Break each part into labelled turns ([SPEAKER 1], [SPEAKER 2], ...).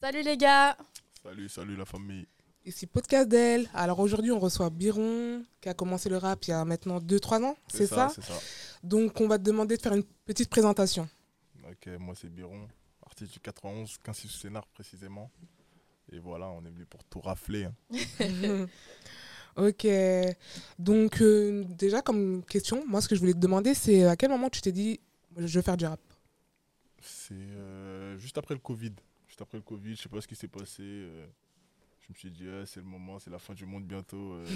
[SPEAKER 1] Salut les gars
[SPEAKER 2] Salut, salut la famille.
[SPEAKER 3] Ici Podcast d'elle. Alors aujourd'hui, on reçoit Biron, qui a commencé le rap il y a maintenant 2-3 ans, c'est ça,
[SPEAKER 2] C'est ça.
[SPEAKER 3] Donc on va te demander de faire une petite présentation.
[SPEAKER 2] Ok, moi c'est Biron, artiste du 91, 15 sous Sénart précisément. Et voilà, on est venu pour tout rafler. hein.
[SPEAKER 3] ok. Donc euh, déjà, comme question, moi ce que je voulais te demander, c'est euh, à quel moment tu t'es dit, je veux faire du rap
[SPEAKER 2] C'est euh, juste après le Covid. Juste après le Covid, je sais pas ce qui s'est passé. euh, je me suis dit, eh, c'est le moment, c'est la fin du monde bientôt. euh,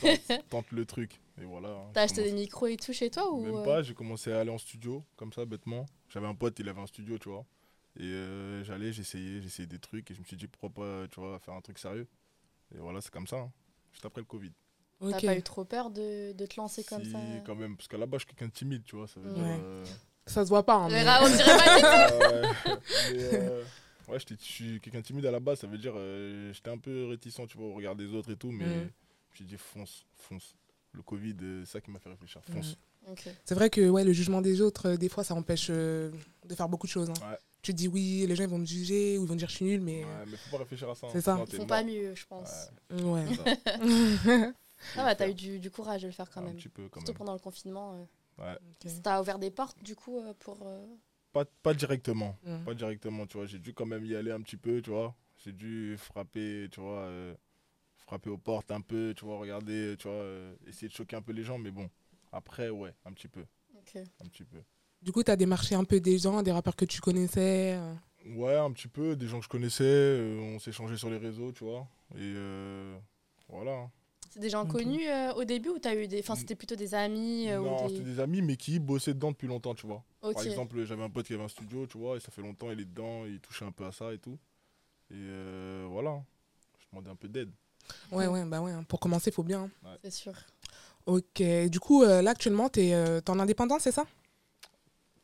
[SPEAKER 2] tente, tente le truc. Et voilà. hein,
[SPEAKER 1] T'as
[SPEAKER 2] j'ai
[SPEAKER 1] acheté des
[SPEAKER 2] commencé-
[SPEAKER 1] micros et tout chez toi ou
[SPEAKER 2] Même
[SPEAKER 1] euh,
[SPEAKER 2] pas, j'ai commencé à aller en studio, comme ça, bêtement. J'avais un pote, il avait un studio, tu vois. Et euh, j'allais, j'essayais, j'essayais des trucs et je me suis dit pourquoi pas, tu vois, faire un truc sérieux. Et voilà, c'est comme ça, hein, juste après le Covid.
[SPEAKER 1] T'as pas eu trop peur de, de te lancer comme
[SPEAKER 2] Si,
[SPEAKER 1] ça euh
[SPEAKER 2] quand même, parce qu'à la base, je suis quelqu'un de timide, tu vois. Ça veut dire,
[SPEAKER 3] Ouais.
[SPEAKER 2] euh,
[SPEAKER 3] Ça se voit pas. hein,
[SPEAKER 1] On
[SPEAKER 3] mais-
[SPEAKER 1] verra, on dirait pas du tout.
[SPEAKER 2] euh, mais, euh, ouais, j'étais- je suis quelqu'un de timide à la base, ça veut dire, euh, j'étais un peu réticent, tu vois, au regard des autres et tout, mais je
[SPEAKER 3] Mm.
[SPEAKER 2] me suis dit, fonce, fonce. Le Covid, euh, c'est ça qui m'a fait réfléchir, fonce.
[SPEAKER 1] Ok.
[SPEAKER 3] C'est vrai que ouais, le jugement des autres, euh, des fois, ça empêche euh, de faire beaucoup de choses. hein.
[SPEAKER 2] Ouais.
[SPEAKER 3] Tu te dis oui, les gens ils vont me juger ou ils vont me dire que je suis nul, mais
[SPEAKER 2] Ouais, mais faut pas réfléchir à ça. hein,
[SPEAKER 3] C'est ça.
[SPEAKER 2] sinon,
[SPEAKER 1] Ils
[SPEAKER 2] t'es
[SPEAKER 1] font pas
[SPEAKER 2] mort.
[SPEAKER 1] mieux, je pense.
[SPEAKER 2] Ouais,
[SPEAKER 3] euh, ouais.
[SPEAKER 2] c'est ça.
[SPEAKER 1] Ah bah t'as eu du, du courage de le faire quand
[SPEAKER 2] un
[SPEAKER 1] même.
[SPEAKER 2] petit peu quand
[SPEAKER 1] Surtout
[SPEAKER 2] même.
[SPEAKER 1] pendant le confinement. euh.
[SPEAKER 3] Ok.
[SPEAKER 1] Ça t'a ouvert des portes du coup euh, pour. euh,
[SPEAKER 2] Pas, pas directement.
[SPEAKER 3] Mm.
[SPEAKER 2] Pas directement, tu vois. J'ai dû quand même y aller un petit peu, tu vois. J'ai dû frapper, tu vois. euh, frapper aux portes un peu, tu vois. Regarder, tu vois. euh, essayer de choquer un peu les gens, mais bon. Après, ouais, un petit peu.
[SPEAKER 1] Ok.
[SPEAKER 2] Un petit peu.
[SPEAKER 3] Du coup, tu as démarché un peu des gens, des rappeurs que tu connaissais. euh.
[SPEAKER 2] Ouais, un petit peu. Des gens que je connaissais. euh, on s'est échangé sur les réseaux, tu vois. Et euh, voilà. hein.
[SPEAKER 1] C'est des gens
[SPEAKER 3] Ok.
[SPEAKER 1] connus euh, au début ou t'as eu des. Enfin,
[SPEAKER 2] Mm.
[SPEAKER 1] c'était plutôt des amis euh,
[SPEAKER 2] Non,
[SPEAKER 1] ou
[SPEAKER 2] c'était
[SPEAKER 1] des.
[SPEAKER 2] des amis, mais qui bossaient dedans depuis longtemps, tu vois.
[SPEAKER 1] Ok.
[SPEAKER 2] Par exemple, j'avais un pote qui avait un studio, tu vois, et ça fait longtemps, il est dedans, il touchait un peu à ça et tout. Et euh, voilà, je demandais un peu d'aide.
[SPEAKER 3] Ouais, ouais, bah ouais. hein. Pour commencer, faut bien. hein.
[SPEAKER 1] C'est sûr.
[SPEAKER 3] Ok. Du coup, euh, là, actuellement, tu es en indépendant, c'est ça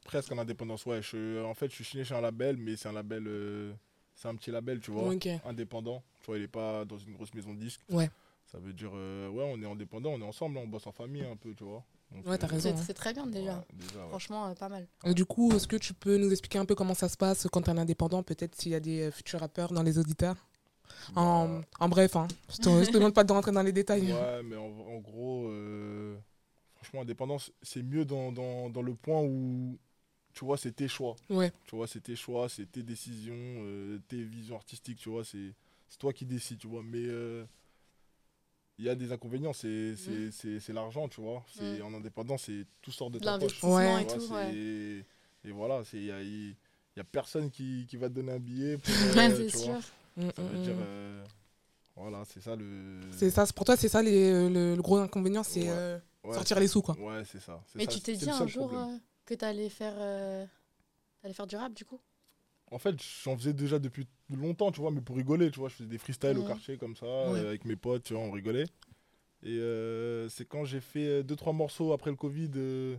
[SPEAKER 2] Presque en indépendance, ouais. Je, en fait, je suis signé chez un label, mais c'est un label, euh, c'est un petit label, tu vois,
[SPEAKER 3] Ok.
[SPEAKER 2] indépendant. Tu vois, il est pas dans une grosse maison de disques.
[SPEAKER 3] Ouais.
[SPEAKER 2] Ça veut dire, euh, ouais, on est indépendant, on est ensemble, hein, on bosse en famille un peu, tu vois. Donc, euh,
[SPEAKER 3] Ouais, t'as raison.
[SPEAKER 1] C'est
[SPEAKER 3] hein.
[SPEAKER 1] c'est très bien déjà.
[SPEAKER 2] ouais, déjà, ouais.
[SPEAKER 1] Franchement, euh, pas mal.
[SPEAKER 3] Et du coup, est-ce que tu peux nous expliquer un peu comment ça se passe quand tu es indépendant Peut-être s'il y a des euh, futurs rappeurs dans les auditeurs. En,
[SPEAKER 2] Bah,
[SPEAKER 3] en bref, hein. je te je te demande pas de rentrer dans les détails.
[SPEAKER 2] Ouais, mais en, en gros, euh, franchement, indépendance, c'est mieux dans, dans, dans le point où, tu vois, c'est tes choix.
[SPEAKER 3] Ouais.
[SPEAKER 2] Tu vois, c'est tes choix, c'est tes décisions, euh, tes visions artistiques, tu vois, c'est c'est toi qui décides, tu vois. Mais euh, il y a des inconvénients, c'est c'est-
[SPEAKER 1] Mm.
[SPEAKER 2] c'est- c'est l'argent, tu vois. c'est En indépendance, c'est tout sort de
[SPEAKER 1] De
[SPEAKER 2] ta poche.
[SPEAKER 1] Mm. l'investissement
[SPEAKER 3] Ouais.
[SPEAKER 1] et
[SPEAKER 2] Tu vois,
[SPEAKER 1] tout. Ouais.
[SPEAKER 2] c'est- Et voilà, c'est- il y a, il y a personne qui, qui va te donner un billet. pour,
[SPEAKER 1] Ouais,
[SPEAKER 2] euh,
[SPEAKER 1] c'est
[SPEAKER 2] tu
[SPEAKER 1] sûr.
[SPEAKER 2] vois.
[SPEAKER 3] Mm,
[SPEAKER 2] Ça veut
[SPEAKER 3] mm,
[SPEAKER 2] dire,
[SPEAKER 3] mm.
[SPEAKER 2] euh, voilà, c'est ça le.
[SPEAKER 3] C'est ça, c'est- pour toi, c'est ça les- euh, le, le gros inconvénient, c'est
[SPEAKER 2] Ouais.
[SPEAKER 3] euh,
[SPEAKER 2] Ouais,
[SPEAKER 3] sortir les sous, quoi.
[SPEAKER 2] Ouais, c'est ça. c'est
[SPEAKER 1] Mais
[SPEAKER 2] ça,
[SPEAKER 1] tu t'es
[SPEAKER 2] c'est
[SPEAKER 1] dit
[SPEAKER 2] le
[SPEAKER 1] un
[SPEAKER 2] seul
[SPEAKER 1] jour
[SPEAKER 2] problème.
[SPEAKER 1] euh, que t'allais faire. euh, T'allais faire du rap du coup
[SPEAKER 2] En fait, j'en faisais déjà depuis longtemps, tu vois, mais pour rigoler, tu vois. Je faisais des freestyles au
[SPEAKER 1] Mhm.
[SPEAKER 2] quartier comme ça, euh,
[SPEAKER 3] Ouais.
[SPEAKER 2] avec mes potes, tu vois, on rigolait. Et euh, c'est quand j'ai fait euh, deux, trois morceaux après le Covid euh,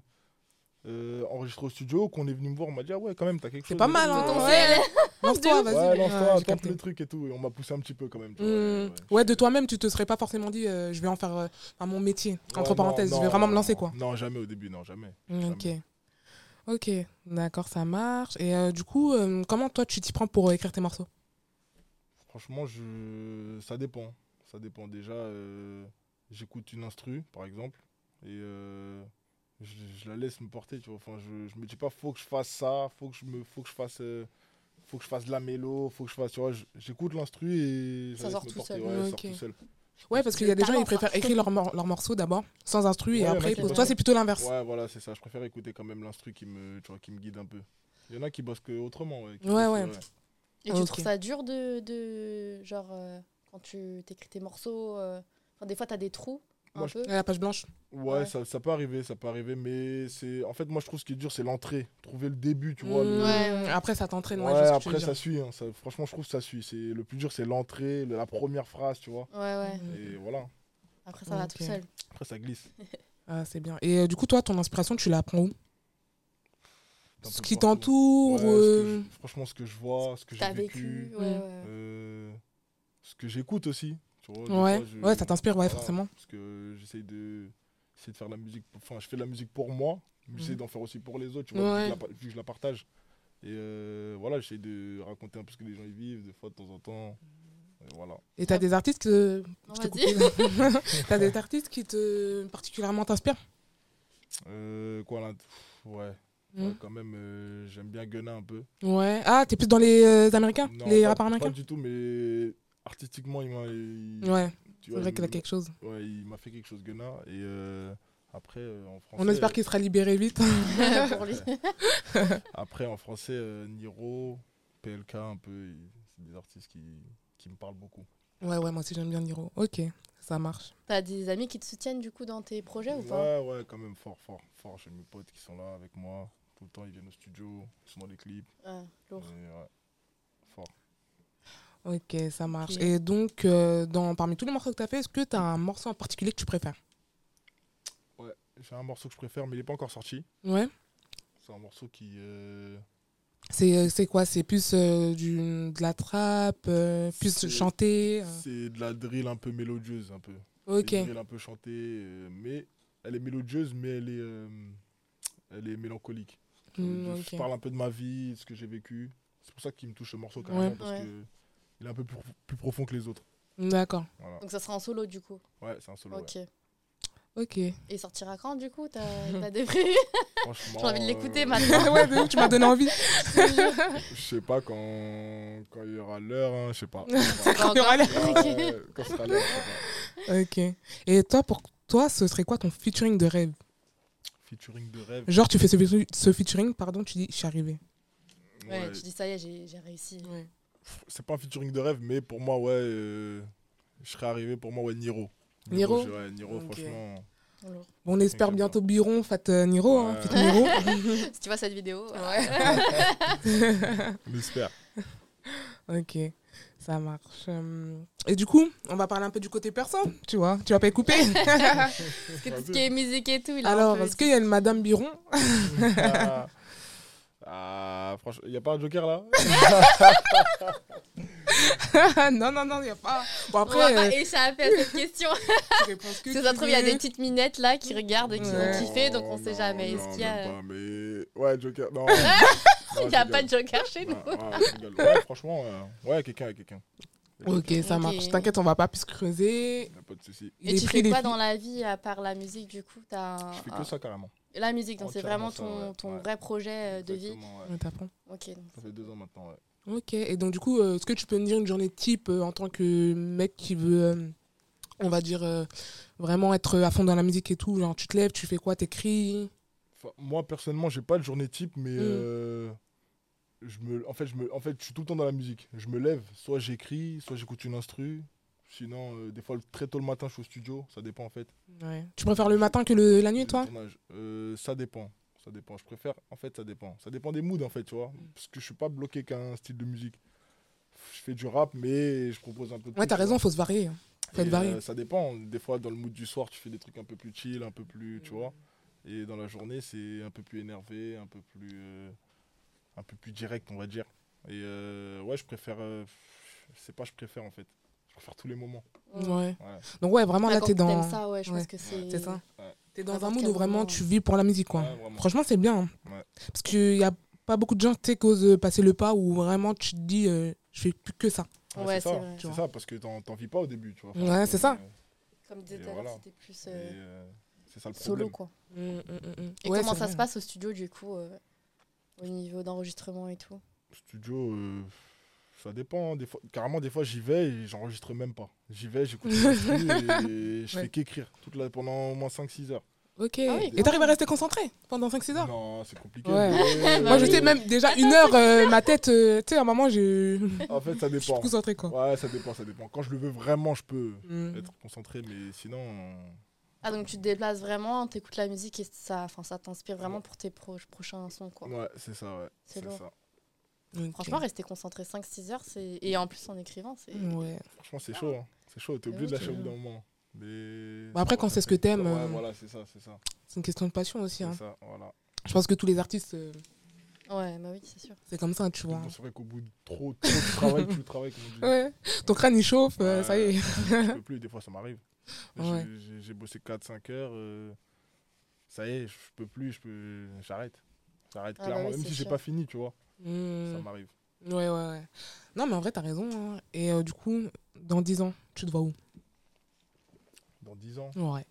[SPEAKER 2] euh, enregistrés au studio qu'on est venu me voir. On m'a dit, ah ouais, quand même, t'as quelque chose.
[SPEAKER 3] C'est pas
[SPEAKER 2] et
[SPEAKER 3] mal,
[SPEAKER 2] tout.
[SPEAKER 3] hein,
[SPEAKER 2] Ouais,
[SPEAKER 3] ouais. Lance-toi, vas-y.
[SPEAKER 2] Ouais,
[SPEAKER 3] Ouais,
[SPEAKER 2] lance-toi,
[SPEAKER 3] j'ai
[SPEAKER 2] tente
[SPEAKER 3] capté.
[SPEAKER 2] le truc et tout. Et on m'a poussé un petit peu quand même. tu vois,
[SPEAKER 3] Mm.
[SPEAKER 2] et
[SPEAKER 3] ouais. de toi-même, tu te serais pas forcément dit, euh, je vais en faire euh, à mon métier. Entre
[SPEAKER 2] Ouais, non,
[SPEAKER 3] parenthèses, je vais
[SPEAKER 2] non,
[SPEAKER 3] vraiment me
[SPEAKER 2] non,
[SPEAKER 3] lancer, quoi.
[SPEAKER 2] Non, jamais au début, non, jamais.
[SPEAKER 3] Ok. Ok, d'accord, ça marche. Et euh, du coup, euh, comment toi, tu t'y prends pour euh, écrire tes morceaux
[SPEAKER 2] Franchement, je... ça dépend. Ça dépend. Déjà, euh, j'écoute une instru, par exemple, et euh, je, je la laisse me porter, tu vois. Enfin, je, je me dis pas, faut que je fasse ça, faut que je me, faut que je fasse, euh, faut que je fasse de la mélo, faut que je fasse, tu vois. je- J'écoute l'instru et je
[SPEAKER 1] Ça
[SPEAKER 2] la laisse
[SPEAKER 1] sort
[SPEAKER 2] me
[SPEAKER 1] tout
[SPEAKER 2] porter.
[SPEAKER 1] seul.
[SPEAKER 2] Ouais, ça sort
[SPEAKER 3] Ok.
[SPEAKER 2] tout seul.
[SPEAKER 3] Ouais, parce qu'il y a des gens, ils préfèrent écrire leurs mor- leurs morceaux d'abord, sans instru, et
[SPEAKER 2] Ouais,
[SPEAKER 3] après,
[SPEAKER 2] ouais,
[SPEAKER 3] ils posent.
[SPEAKER 2] ouais.
[SPEAKER 3] Toi, c'est plutôt l'inverse.
[SPEAKER 2] Ouais, voilà, c'est ça. Je préfère écouter quand même l'instru qui me, tu vois, qui me guide un peu. Il y en a qui bossent que autrement, ouais. qui
[SPEAKER 3] Ouais,
[SPEAKER 2] bossent,
[SPEAKER 3] ouais.
[SPEAKER 1] Et
[SPEAKER 3] Ok.
[SPEAKER 1] tu trouves ça dur de. de genre, euh, quand tu t'écris tes morceaux. euh, Enfin, des fois, t'as des trous. Un
[SPEAKER 2] Moi, je-
[SPEAKER 1] peu.
[SPEAKER 3] Et La page blanche.
[SPEAKER 2] Ouais,
[SPEAKER 1] Ouais.
[SPEAKER 2] Ça, ça peut arriver, ça peut arriver, mais c'est, en fait, moi, je trouve ce qui est dur, c'est l'entrée, trouver le début, tu vois.
[SPEAKER 3] Mm,
[SPEAKER 2] le-
[SPEAKER 1] Ouais, ouais.
[SPEAKER 3] Après, ça t'entraîne. Ouais,
[SPEAKER 2] Ouais,
[SPEAKER 3] je vois ce que tu veux
[SPEAKER 2] après ça
[SPEAKER 3] dire.
[SPEAKER 2] suit. hein, ça- franchement, je trouve que ça suit. C'est le plus dur, c'est l'entrée, le- la première phrase, tu vois.
[SPEAKER 1] Ouais, ouais.
[SPEAKER 3] Mm.
[SPEAKER 2] Et voilà.
[SPEAKER 1] Après, ça va
[SPEAKER 3] Ok.
[SPEAKER 1] tout seul.
[SPEAKER 2] Après, ça glisse.
[SPEAKER 3] Ah, c'est bien. Et euh, du coup, toi, ton inspiration, tu la prends où
[SPEAKER 2] D'un
[SPEAKER 3] Ce
[SPEAKER 2] peu
[SPEAKER 3] qui
[SPEAKER 2] partout. Ouais,
[SPEAKER 3] t'entoure
[SPEAKER 2] ce que
[SPEAKER 3] euh,
[SPEAKER 2] je- Franchement, ce que je vois, ce que
[SPEAKER 1] T'as
[SPEAKER 2] j'ai vécu,
[SPEAKER 1] vécu. Ouais, ouais.
[SPEAKER 3] Mm.
[SPEAKER 1] ouais.
[SPEAKER 2] euh, ce que j'écoute aussi. Tu vois, des
[SPEAKER 3] Ouais,
[SPEAKER 2] fois, je-
[SPEAKER 3] ouais, ça t'inspire, ouais,
[SPEAKER 2] voilà,
[SPEAKER 3] forcément.
[SPEAKER 2] Parce que j'essaye de, j'essaie de faire de la musique. Enfin, je fais de la musique pour moi, mais j'essaie
[SPEAKER 3] Mhm.
[SPEAKER 2] d'en faire aussi pour les autres, tu vois,
[SPEAKER 3] Ouais.
[SPEAKER 2] vu, que je la, pa- vu que je la partage. Et euh, voilà, j'essaie de raconter un peu ce que les gens y vivent, des fois, de temps en temps. Et voilà.
[SPEAKER 3] Et t'as des artistes que.
[SPEAKER 1] Non,
[SPEAKER 3] je t'ai
[SPEAKER 1] vas-y.
[SPEAKER 3] coupé. T'as des artistes qui te particulièrement t'inspirent
[SPEAKER 2] Euh, quoi, là pff, Ouais.
[SPEAKER 3] Hmm.
[SPEAKER 2] Ouais, Bah, quand même, euh, j'aime bien Gunna un peu.
[SPEAKER 3] Ouais. Ah, t'es plus dans les euh, Américains
[SPEAKER 2] Non,
[SPEAKER 3] Les
[SPEAKER 2] pas-
[SPEAKER 3] rappeurs
[SPEAKER 2] Pas
[SPEAKER 3] américains
[SPEAKER 2] du tout, mais artistiquement, il m'a. il-
[SPEAKER 3] Ouais,
[SPEAKER 2] tu
[SPEAKER 3] c'est
[SPEAKER 2] vois,
[SPEAKER 3] vrai
[SPEAKER 2] il
[SPEAKER 3] qu'il a
[SPEAKER 2] me-
[SPEAKER 3] quelque chose.
[SPEAKER 2] Ouais, il m'a fait quelque chose, Gunna. Et euh, après, euh, en français.
[SPEAKER 3] On espère qu'il sera libéré vite.
[SPEAKER 1] pour lui.
[SPEAKER 2] Après, en français, euh, Niro, PLK, un peu. il- C'est des artistes qui, qui me parlent beaucoup.
[SPEAKER 3] Ouais, ouais, moi aussi j'aime bien Niro. Ok, ça marche.
[SPEAKER 1] T'as des amis qui te soutiennent du coup dans tes projets ou pas
[SPEAKER 2] Ouais, ouais, quand même, fort, fort, fort. J'ai mes potes qui sont là avec moi. Tout le temps, ils viennent au studio, ils sont dans les clips.
[SPEAKER 1] Ah,
[SPEAKER 2] et
[SPEAKER 1] lourd.
[SPEAKER 2] ouais, fort.
[SPEAKER 3] Ok, ça marche.
[SPEAKER 1] Ok.
[SPEAKER 3] Et donc, euh, dans, parmi tous les morceaux que t'as fait, est-ce que t'as un morceau en particulier que tu préfères
[SPEAKER 2] J'ai un morceau que je préfère, mais il n'est pas encore sorti.
[SPEAKER 3] Ouais.
[SPEAKER 2] C'est un morceau qui. euh,
[SPEAKER 3] C'est euh, c'est quoi C'est plus euh, du, de la trappe, euh, plus
[SPEAKER 2] C'est-
[SPEAKER 3] chanté euh,
[SPEAKER 2] C'est de la drill un peu mélodieuse, un peu.
[SPEAKER 3] Ok,
[SPEAKER 2] C'est une drill un peu chantée, euh, mais elle est mélodieuse, mais elle est, euh, elle est mélancolique. Ça veut
[SPEAKER 3] Mm,
[SPEAKER 2] dire,
[SPEAKER 3] ok.
[SPEAKER 2] Je parle un peu de ma vie, de ce que j'ai vécu. C'est pour ça qu'il me touche ce morceau carrément,
[SPEAKER 3] Ouais.
[SPEAKER 2] parce
[SPEAKER 1] Ouais.
[SPEAKER 2] que il est un peu plus, plus profond que les autres.
[SPEAKER 3] d'accord.
[SPEAKER 2] Voilà.
[SPEAKER 1] Donc ça sera en solo du coup.
[SPEAKER 2] Ouais, c'est un solo. ouais.
[SPEAKER 1] Ok. Et
[SPEAKER 3] Ok. ouais,
[SPEAKER 1] il sortira quand du coup T'as t'as des prévus
[SPEAKER 2] Franchement.
[SPEAKER 1] J'ai envie de
[SPEAKER 2] euh,
[SPEAKER 1] l'écouter maintenant.
[SPEAKER 3] de ouf, tu m'as donné envie.
[SPEAKER 2] Je sais pas quand, quand il y aura l'heure, hein, je sais pas. Je sais
[SPEAKER 1] Pas
[SPEAKER 3] Il y aura
[SPEAKER 1] encore.
[SPEAKER 2] pas. Ouais, quand sera l'heure, je sais pas.
[SPEAKER 3] Ok. Et toi, pour toi, ce serait quoi ton featuring de rêve
[SPEAKER 2] Featuring de rêve.
[SPEAKER 3] Genre, tu fais ce, featu- ce featuring, pardon, tu dis, je suis arrivé.
[SPEAKER 1] Ouais,
[SPEAKER 2] Ouais,
[SPEAKER 1] tu dis ça y est, j'ai j'ai réussi.
[SPEAKER 2] pff, C'est pas un featuring de rêve, mais pour moi, ouais, euh, je serais arrivé pour moi, ouais, Niro.
[SPEAKER 3] Niro
[SPEAKER 2] je- Ouais, Niro,
[SPEAKER 3] Ok.
[SPEAKER 2] franchement.
[SPEAKER 1] Lourd.
[SPEAKER 3] Bon, on espère
[SPEAKER 2] Exactement.
[SPEAKER 3] bientôt Biron, Fat euh, Niro, hein,
[SPEAKER 2] Ouais.
[SPEAKER 3] Fit Niro.
[SPEAKER 1] Si tu vois cette vidéo, euh,
[SPEAKER 2] On espère.
[SPEAKER 3] Ok, ça marche. Euh, Et du coup, on va parler un peu du côté perso, tu vois. Tu vas pas y couper.
[SPEAKER 1] parce que tout ce qui est musique et tout, il a un
[SPEAKER 3] Alors,
[SPEAKER 1] peu-
[SPEAKER 3] est-ce qu'il y a une Madame Biron
[SPEAKER 2] ah, ah, franchement, y a pas un joker là
[SPEAKER 3] Non, non, non, il n'y a pas. Bon,
[SPEAKER 1] On va
[SPEAKER 3] après,
[SPEAKER 1] pas
[SPEAKER 3] euh,
[SPEAKER 1] échapper à cette question.
[SPEAKER 3] tu réponds ce que
[SPEAKER 1] Si
[SPEAKER 3] tu
[SPEAKER 1] ça se trouve, il y a
[SPEAKER 3] veux.
[SPEAKER 1] des petites minettes là qui regardent et qui
[SPEAKER 3] Ouais.
[SPEAKER 1] ont kiffé, donc on
[SPEAKER 2] Oh,
[SPEAKER 1] sait
[SPEAKER 2] non,
[SPEAKER 1] jamais.
[SPEAKER 2] non,
[SPEAKER 1] Est-ce qu'il y a.
[SPEAKER 2] même pas, mais... Ouais, joker, non. Non,
[SPEAKER 1] Il n'y a
[SPEAKER 2] je
[SPEAKER 1] pas de
[SPEAKER 2] rigole.
[SPEAKER 1] joker chez nous.
[SPEAKER 2] Bah, ouais, je rigole. Ouais, franchement, euh, ouais, quelqu'un, quelqu'un. Y a
[SPEAKER 3] Ok, ça
[SPEAKER 1] Ok.
[SPEAKER 3] marche. T'inquiète, on va pas plus creuser.
[SPEAKER 2] quelqu'un, y a pas de souci.
[SPEAKER 1] Et
[SPEAKER 3] Les
[SPEAKER 1] tu
[SPEAKER 3] prix,
[SPEAKER 1] fais
[SPEAKER 3] les
[SPEAKER 1] quoi
[SPEAKER 3] filles.
[SPEAKER 1] dans la vie à part la musique du coup t'as un-
[SPEAKER 2] Je fais
[SPEAKER 1] un-
[SPEAKER 2] que ça carrément.
[SPEAKER 1] La musique, donc c'est
[SPEAKER 2] Entièrement
[SPEAKER 1] vraiment
[SPEAKER 2] ça,
[SPEAKER 1] ton,
[SPEAKER 2] ouais,
[SPEAKER 1] ton
[SPEAKER 2] ouais.
[SPEAKER 1] vrai projet euh, de vie.
[SPEAKER 2] Exactement, ouais.
[SPEAKER 3] On t'apprend.
[SPEAKER 1] Ok, donc
[SPEAKER 2] Ça fait deux ans maintenant, ouais.
[SPEAKER 3] Ok, et donc du coup, euh, est-ce que tu peux me dire une journée type euh, en tant que mec qui veut, euh, on va dire, euh, vraiment être à fond dans la musique et tout Genre, tu te lèves, tu fais quoi T'écris
[SPEAKER 2] Enfin, moi, personnellement, j'ai pas de journée type, mais
[SPEAKER 3] Mm.
[SPEAKER 2] euh, je me, en fait, je me, en fait, je suis tout le temps dans la musique. Je me lève, soit j'écris, soit j'écoute une instru. Sinon, euh, des fois, le- très tôt le matin, je suis au studio. Ça dépend, en fait.
[SPEAKER 3] Ouais. Tu préfères le matin que le- la nuit,
[SPEAKER 2] Le
[SPEAKER 3] toi
[SPEAKER 2] tournage. Euh, Ça dépend. Ça dépend. Je préfère. En fait, ça dépend. Ça dépend des moods, en fait, tu vois.
[SPEAKER 3] Mm.
[SPEAKER 2] Parce que je suis pas bloqué qu'un style de musique. Je fais du rap, mais je propose un peu de.
[SPEAKER 3] Ouais,
[SPEAKER 2] tout,
[SPEAKER 3] t'as
[SPEAKER 2] tu
[SPEAKER 3] raison,
[SPEAKER 2] vois.
[SPEAKER 3] faut se varier. hein. Faut
[SPEAKER 2] Et,
[SPEAKER 3] être varié.
[SPEAKER 2] euh, ça dépend. Des fois, dans le mood du soir, tu fais des trucs un peu plus chill, un peu plus, tu vois.
[SPEAKER 3] Mm.
[SPEAKER 2] Et dans la journée, c'est un peu plus énervé, un peu plus, euh, un peu plus direct, on va dire. Et euh, ouais, je préfère. euh, je sais pas, je préfère en fait. Je préfère tous les moments.
[SPEAKER 1] ouais.
[SPEAKER 3] Ouais.
[SPEAKER 2] Ouais.
[SPEAKER 3] Donc ouais, vraiment
[SPEAKER 1] Ah,
[SPEAKER 3] là,
[SPEAKER 1] quand
[SPEAKER 3] t'es
[SPEAKER 1] t'aimes
[SPEAKER 3] dans...
[SPEAKER 1] ça, ouais, je
[SPEAKER 3] Ouais,
[SPEAKER 1] pense que c'est.
[SPEAKER 3] c'est ça.
[SPEAKER 2] Ouais.
[SPEAKER 3] T'es dans un
[SPEAKER 1] N'importe
[SPEAKER 3] mood
[SPEAKER 1] quel
[SPEAKER 3] où vraiment
[SPEAKER 1] moment.
[SPEAKER 3] tu vis pour la musique, quoi.
[SPEAKER 2] Ouais, vraiment.
[SPEAKER 3] Franchement, c'est bien. hein.
[SPEAKER 2] Ouais.
[SPEAKER 3] Parce qu'il y a pas beaucoup de gens, tu sais, qu'osent euh, passer le pas où vraiment tu te dis, euh, je fais plus que ça.
[SPEAKER 2] Ouais,
[SPEAKER 1] Ouais,
[SPEAKER 2] c'est
[SPEAKER 1] c'est
[SPEAKER 2] ça.
[SPEAKER 1] vrai.
[SPEAKER 2] C'est ça, parce que t'en t'en vis pas au début, tu vois.
[SPEAKER 3] Ouais,
[SPEAKER 2] Enfin,
[SPEAKER 3] c'est ça.
[SPEAKER 1] Comme disait
[SPEAKER 2] Et
[SPEAKER 1] tout à l'heure,
[SPEAKER 2] voilà.
[SPEAKER 1] c'était plus
[SPEAKER 2] et,
[SPEAKER 1] euh,
[SPEAKER 2] euh, c'est ça le
[SPEAKER 1] solo
[SPEAKER 2] problème.
[SPEAKER 1] quoi. Et
[SPEAKER 3] Et
[SPEAKER 1] comment ça se passe au studio du coup euh, Au niveau d'enregistrement et tout
[SPEAKER 2] Studio, euh, ça dépend. hein. Des fois, carrément, des fois, j'y vais et j'enregistre même pas. J'y vais, j'écoute les instrus et je
[SPEAKER 3] Ouais.
[SPEAKER 2] fais qu'écrire toute la, pendant au moins 5-6 heures.
[SPEAKER 3] Ok.
[SPEAKER 1] Ah oui,
[SPEAKER 3] et
[SPEAKER 1] quand
[SPEAKER 3] t'arrives à
[SPEAKER 1] même.
[SPEAKER 3] rester concentré pendant 5-6 heures
[SPEAKER 2] Non, c'est compliqué.
[SPEAKER 3] Ouais.
[SPEAKER 2] mais-
[SPEAKER 3] Moi, je sais, même déjà une heure, euh, ma tête, euh, tu sais, à un moment, je
[SPEAKER 2] En fait, ça
[SPEAKER 3] je suis
[SPEAKER 2] dépend.
[SPEAKER 3] concentrée, quoi.
[SPEAKER 2] Ouais, ça dépend, ça dépend. Quand je le veux vraiment, je peux
[SPEAKER 3] Mm.
[SPEAKER 2] être concentré, mais sinon. euh,
[SPEAKER 1] Ah, donc tu te déplaces vraiment, t'écoutes la musique et ça, enfin, ça t'inspire vraiment pour tes pro- prochains sons quoi.
[SPEAKER 2] Ouais, c'est ça, ouais.
[SPEAKER 1] C'est
[SPEAKER 2] C'est
[SPEAKER 1] lourd.
[SPEAKER 2] ça.
[SPEAKER 3] Ok. Mm.
[SPEAKER 1] Franchement, rester concentré 5-6 heures, c'est. Et en plus en écrivant, c'est.
[SPEAKER 3] Ah Ouais.
[SPEAKER 2] Franchement, c'est chaud. hein. C'est chaud, t'es
[SPEAKER 1] Mais
[SPEAKER 2] obligé
[SPEAKER 1] oui,
[SPEAKER 2] de
[SPEAKER 1] c'est
[SPEAKER 2] lâcher au bout
[SPEAKER 3] vrai.
[SPEAKER 2] d'un moment. Mais.
[SPEAKER 3] Bah après, quand
[SPEAKER 2] ça
[SPEAKER 3] c'est ce
[SPEAKER 2] fait-
[SPEAKER 3] que t'aimes,
[SPEAKER 2] Ouais,
[SPEAKER 3] euh,
[SPEAKER 2] voilà, c'est ça, c'est ça.
[SPEAKER 3] C'est une question de passion aussi.
[SPEAKER 2] C'est
[SPEAKER 3] hein.
[SPEAKER 2] ça, voilà.
[SPEAKER 3] Je pense que tous les artistes, euh,
[SPEAKER 1] Ouais, bah oui, c'est sûr.
[SPEAKER 3] c'est comme ça, tu vois.
[SPEAKER 2] Donc, C'est vrai qu'au bout de trop, trop de travail, plus de travail, comme on dit.
[SPEAKER 3] Ouais. Ton crâne, il chauffe, euh,
[SPEAKER 2] Ouais.
[SPEAKER 3] ça y est.
[SPEAKER 2] Je peux plus, des fois, ça m'arrive. J'ai-
[SPEAKER 3] Ouais.
[SPEAKER 2] J'ai j'ai bossé 4-5 heures. euh, Ça y est, je peux plus, je peux. J'arrête. J'arrête
[SPEAKER 1] Ah bah
[SPEAKER 2] clairement,
[SPEAKER 1] Ah oui,
[SPEAKER 2] même
[SPEAKER 1] c'est Mm.
[SPEAKER 2] si j'ai
[SPEAKER 1] sûr.
[SPEAKER 2] pas fini, tu vois.
[SPEAKER 3] Hmm.
[SPEAKER 2] Ça m'arrive.
[SPEAKER 3] Ouais, ouais, ouais. Non, mais en vrai, t'as raison. hein. Et euh, du coup, dans 10 ans, tu te vois où
[SPEAKER 2] Dans 10 ans,
[SPEAKER 3] Ouais.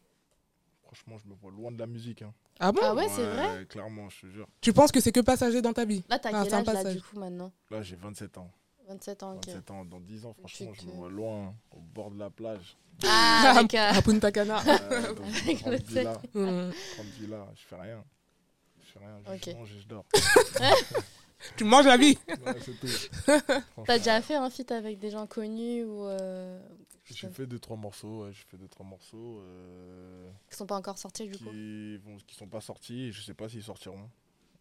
[SPEAKER 2] franchement, je me vois loin de la musique. hein.
[SPEAKER 3] Ah bon
[SPEAKER 1] Ah ouais, c'est vrai
[SPEAKER 2] Clairement, je te jure.
[SPEAKER 3] Tu penses que c'est que passager dans ta vie
[SPEAKER 1] Là, t'as
[SPEAKER 3] Ah,
[SPEAKER 1] quel
[SPEAKER 3] c'est un
[SPEAKER 1] âge, là,
[SPEAKER 3] passage.
[SPEAKER 1] du coup, maintenant
[SPEAKER 2] Là, j'ai 27 ans.
[SPEAKER 1] 27 ans, ok.
[SPEAKER 2] 27 ans, dans 10 ans, franchement, je me
[SPEAKER 1] te-
[SPEAKER 2] vois loin, hein, au bord de la plage.
[SPEAKER 1] Ah, avec, euh,
[SPEAKER 3] À Punta Cana.
[SPEAKER 2] Euh, dans une
[SPEAKER 1] Avec
[SPEAKER 2] grande
[SPEAKER 1] le
[SPEAKER 2] villa,
[SPEAKER 3] Hmm.
[SPEAKER 2] grande villa, je fais rien. Je fais rien, je
[SPEAKER 1] Ok.
[SPEAKER 2] mange et je dors.
[SPEAKER 3] tu manges la vie
[SPEAKER 2] Voilà, c'est tout.
[SPEAKER 1] T'as
[SPEAKER 2] Franchement,
[SPEAKER 1] déjà fait un feat avec des gens connus ou euh,
[SPEAKER 2] J'ai fait deux trois morceaux, ouais, j'ai fait deux trois morceaux euh,
[SPEAKER 1] qui sont pas encore sortis du coup
[SPEAKER 2] qui, vont, qui sont pas sortis, et je sais pas s'ils sortiront.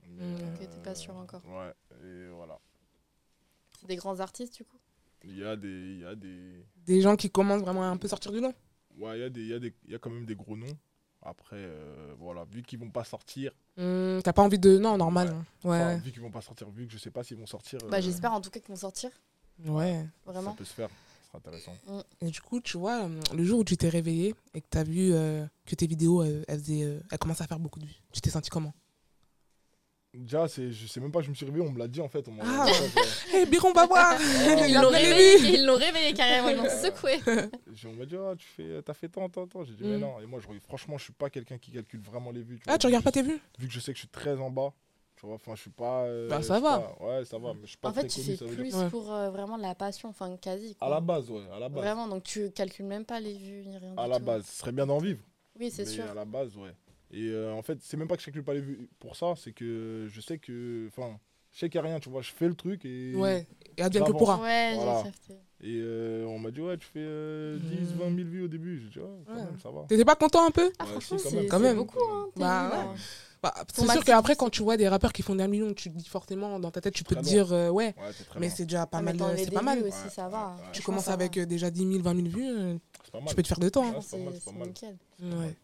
[SPEAKER 2] Mais, euh,
[SPEAKER 3] Mm.
[SPEAKER 1] Hmm, Ok, t'es pas sûr encore.
[SPEAKER 2] Ouais, et voilà.
[SPEAKER 1] C'est des grands artistes du coup
[SPEAKER 2] Il y a des, il y a des,
[SPEAKER 3] Des gens qui commencent vraiment à un peu sortir du nom.
[SPEAKER 2] ouais, il y a des, il y a des, il y a quand même des gros noms. Après, euh, voilà, vu qu'ils vont pas sortir,
[SPEAKER 3] Hmm, T'as pas envie de. Non, normal.
[SPEAKER 2] Ouais.
[SPEAKER 3] hein.
[SPEAKER 2] enfin,
[SPEAKER 3] Ouais.
[SPEAKER 2] vu qu'ils vont pas sortir, vu que je sais pas s'ils vont sortir,
[SPEAKER 1] Bah,
[SPEAKER 2] euh,
[SPEAKER 1] j'espère en tout cas qu'ils vont sortir,
[SPEAKER 3] ouais.
[SPEAKER 2] ça
[SPEAKER 1] vraiment.
[SPEAKER 2] peut se faire, ce sera intéressant.
[SPEAKER 3] Et du coup, tu vois, euh, le jour où tu t'es réveillé et que tu as vu euh, que tes vidéos, euh, elles, faisaient, euh, elles commençaient à faire beaucoup de vues, tu t'es senti comment
[SPEAKER 2] Déjà, c'est, je sais même pas, je me suis réveillé, on me l'a dit en fait. On m'a-
[SPEAKER 3] Ah.
[SPEAKER 2] en fait, euh,
[SPEAKER 3] Hé, Biron, va voir
[SPEAKER 1] Ils
[SPEAKER 3] a
[SPEAKER 1] l'ont
[SPEAKER 3] bien
[SPEAKER 1] réveillé,
[SPEAKER 3] aimé.
[SPEAKER 1] ils l'ont réveillé carrément, ils l'ont secoué.
[SPEAKER 2] j'ai- on m'a dit, ah, tu fais, t'as fait tant, tant, tant. J'ai dit,
[SPEAKER 1] Hmm.
[SPEAKER 2] mais
[SPEAKER 3] Mm.
[SPEAKER 2] non. Et moi, je, regarde- franchement, je suis pas quelqu'un qui calcule vraiment les vues.
[SPEAKER 3] Ah, tu regardes pas tes vues
[SPEAKER 2] vu que je sais que je suis très en bas, tu vois, enfin, je suis pas. euh,
[SPEAKER 3] Bah,
[SPEAKER 2] je
[SPEAKER 3] ça
[SPEAKER 2] suis
[SPEAKER 3] va.
[SPEAKER 2] pas- ouais, ça va, mais je suis pas
[SPEAKER 1] En fait,
[SPEAKER 2] très
[SPEAKER 1] tu
[SPEAKER 2] connu,
[SPEAKER 1] fais
[SPEAKER 2] ça veut dire.
[SPEAKER 1] plus
[SPEAKER 3] Ouais.
[SPEAKER 1] pour euh, vraiment la passion, enfin quasi.
[SPEAKER 2] À
[SPEAKER 1] Quoi.
[SPEAKER 2] la base, ouais, à la base.
[SPEAKER 1] Vraiment, donc tu calcules même pas les vues ni rien.
[SPEAKER 2] à
[SPEAKER 1] du
[SPEAKER 2] la
[SPEAKER 1] tout.
[SPEAKER 2] base, ce serait bien d'en vivre.
[SPEAKER 1] Oui, c'est
[SPEAKER 2] mais
[SPEAKER 1] sûr.
[SPEAKER 2] À la base, ouais. Et euh, en fait, c'est même pas que je calcule pas les vues pour ça, c'est que je sais que. Enfin, je sais qu'il n'y a rien, tu vois, je fais le truc et.
[SPEAKER 3] Ouais, et advienne que
[SPEAKER 2] J'avance.
[SPEAKER 3] pourra.
[SPEAKER 1] Bah Ouais,
[SPEAKER 2] Voilà.
[SPEAKER 1] j'ai accepté.
[SPEAKER 2] Et euh, on m'a dit, ouais, tu fais euh, 10,
[SPEAKER 3] Mm.
[SPEAKER 2] 20 000 vues au début. J'ai dit, ouais, quand
[SPEAKER 3] Ouais.
[SPEAKER 2] même, ça va.
[SPEAKER 3] T'étais pas content un peu
[SPEAKER 1] Ah,
[SPEAKER 2] Ouais,
[SPEAKER 1] franchement,
[SPEAKER 2] si, quand
[SPEAKER 1] c'est
[SPEAKER 2] même.
[SPEAKER 3] Quand
[SPEAKER 1] c'est
[SPEAKER 3] même.
[SPEAKER 1] beaucoup, hein. t'es
[SPEAKER 3] Bah,
[SPEAKER 1] venu, là.
[SPEAKER 3] Bah,
[SPEAKER 1] Ton
[SPEAKER 3] C'est sûr
[SPEAKER 1] maxi-
[SPEAKER 3] qu'après, quand tu vois des rappeurs qui font des millions, tu te dis forcément dans ta tête, tu peux te
[SPEAKER 2] Très
[SPEAKER 3] dire, euh, ouais,
[SPEAKER 2] Ouais, t'es très
[SPEAKER 3] mais
[SPEAKER 2] loin.
[SPEAKER 3] c'est déjà pas
[SPEAKER 1] Ah, mais
[SPEAKER 3] mal.
[SPEAKER 1] dans
[SPEAKER 3] euh,
[SPEAKER 1] les
[SPEAKER 3] C'est pas
[SPEAKER 1] débuts
[SPEAKER 3] mal.
[SPEAKER 2] ouais.
[SPEAKER 1] aussi, ça va.
[SPEAKER 2] Ouais, ouais.
[SPEAKER 3] Tu
[SPEAKER 1] Franchement,
[SPEAKER 3] commences
[SPEAKER 1] ça
[SPEAKER 3] avec
[SPEAKER 1] va.
[SPEAKER 3] euh, déjà 10 000, 20 000 vues, euh,
[SPEAKER 2] C'est pas
[SPEAKER 3] tu
[SPEAKER 2] mal.
[SPEAKER 3] peux te faire de temps. hein.
[SPEAKER 1] Franchement,
[SPEAKER 2] c'est pas mal,
[SPEAKER 1] c'est
[SPEAKER 2] c'est pas
[SPEAKER 1] c'est nickel.
[SPEAKER 2] mal.
[SPEAKER 3] Ouais.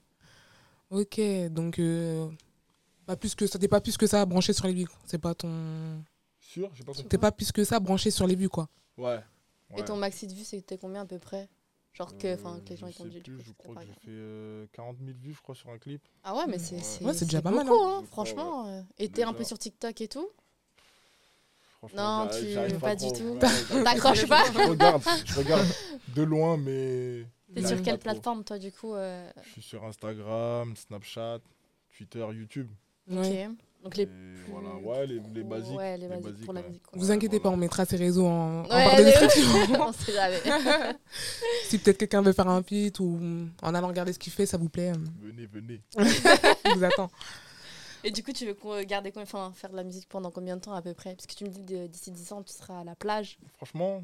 [SPEAKER 3] Ok, donc. euh, Pas plus que ça, t'es pas plus que ça branché sur les vues. quoi. C'est pas ton.
[SPEAKER 2] Sûr, j'ai pas compris.
[SPEAKER 3] T'es pas plus que ça branché sur les vues, quoi.
[SPEAKER 2] Ouais.
[SPEAKER 1] Et ton maxi de vues, c'était combien à peu près Genre que, enfin, que les gens
[SPEAKER 2] ils
[SPEAKER 1] ils t'ont dit. du coup,
[SPEAKER 2] Je
[SPEAKER 1] c'était
[SPEAKER 2] crois
[SPEAKER 1] pas
[SPEAKER 2] que j'ai
[SPEAKER 1] grave.
[SPEAKER 2] fait euh, 40 000 vues, je crois, sur un clip.
[SPEAKER 1] Ah ouais, mais
[SPEAKER 2] Ouais.
[SPEAKER 1] c'est
[SPEAKER 3] Ouais, c'est déjà pas mal,
[SPEAKER 1] beaucoup,
[SPEAKER 2] hein.
[SPEAKER 1] hein,
[SPEAKER 2] Je crois, ouais.
[SPEAKER 1] franchement. euh. Et t'es un peu
[SPEAKER 2] Déjà.
[SPEAKER 1] sur TikTok et tout
[SPEAKER 2] Franchement,
[SPEAKER 1] Non,
[SPEAKER 2] j'arri-
[SPEAKER 1] tu-
[SPEAKER 2] j'arrive
[SPEAKER 1] pas
[SPEAKER 2] trop.
[SPEAKER 1] du tout.
[SPEAKER 2] Ouais, j'arrive
[SPEAKER 1] T'accroches
[SPEAKER 2] trop.
[SPEAKER 1] pas
[SPEAKER 2] Je regarde, je regarde de loin, mais
[SPEAKER 1] T'es
[SPEAKER 2] J'arrive
[SPEAKER 1] sur
[SPEAKER 2] pas
[SPEAKER 1] quelle
[SPEAKER 2] trop.
[SPEAKER 1] plateforme, toi, du coup euh,
[SPEAKER 2] je suis sur Instagram, Snapchat, Twitter, YouTube.
[SPEAKER 3] Ouais.
[SPEAKER 1] Ok. Donc les.
[SPEAKER 2] Et
[SPEAKER 1] plus
[SPEAKER 2] voilà, ouais, les, les
[SPEAKER 1] gros-
[SPEAKER 2] basiques.
[SPEAKER 1] Ouais, les
[SPEAKER 2] les
[SPEAKER 1] basiques pour la
[SPEAKER 2] ouais.
[SPEAKER 1] musique. quoi.
[SPEAKER 3] Vous inquiétez pas, on
[SPEAKER 2] voilà.
[SPEAKER 3] mettra ces réseaux en, en
[SPEAKER 1] Ouais,
[SPEAKER 3] barre de
[SPEAKER 1] les-
[SPEAKER 3] description.
[SPEAKER 1] On sait jamais.
[SPEAKER 3] si peut-être quelqu'un veut faire un feat ou en allant regarder ce qu'il fait, ça vous plaît, euh,
[SPEAKER 2] Venez, venez.
[SPEAKER 3] on vous attend.
[SPEAKER 1] Et du coup, tu veux qu'on- garder, combien- enfin, faire de la musique pendant combien de temps à peu près Parce que tu me dis de- d'ici 10 ans, tu seras à la plage.
[SPEAKER 2] Franchement,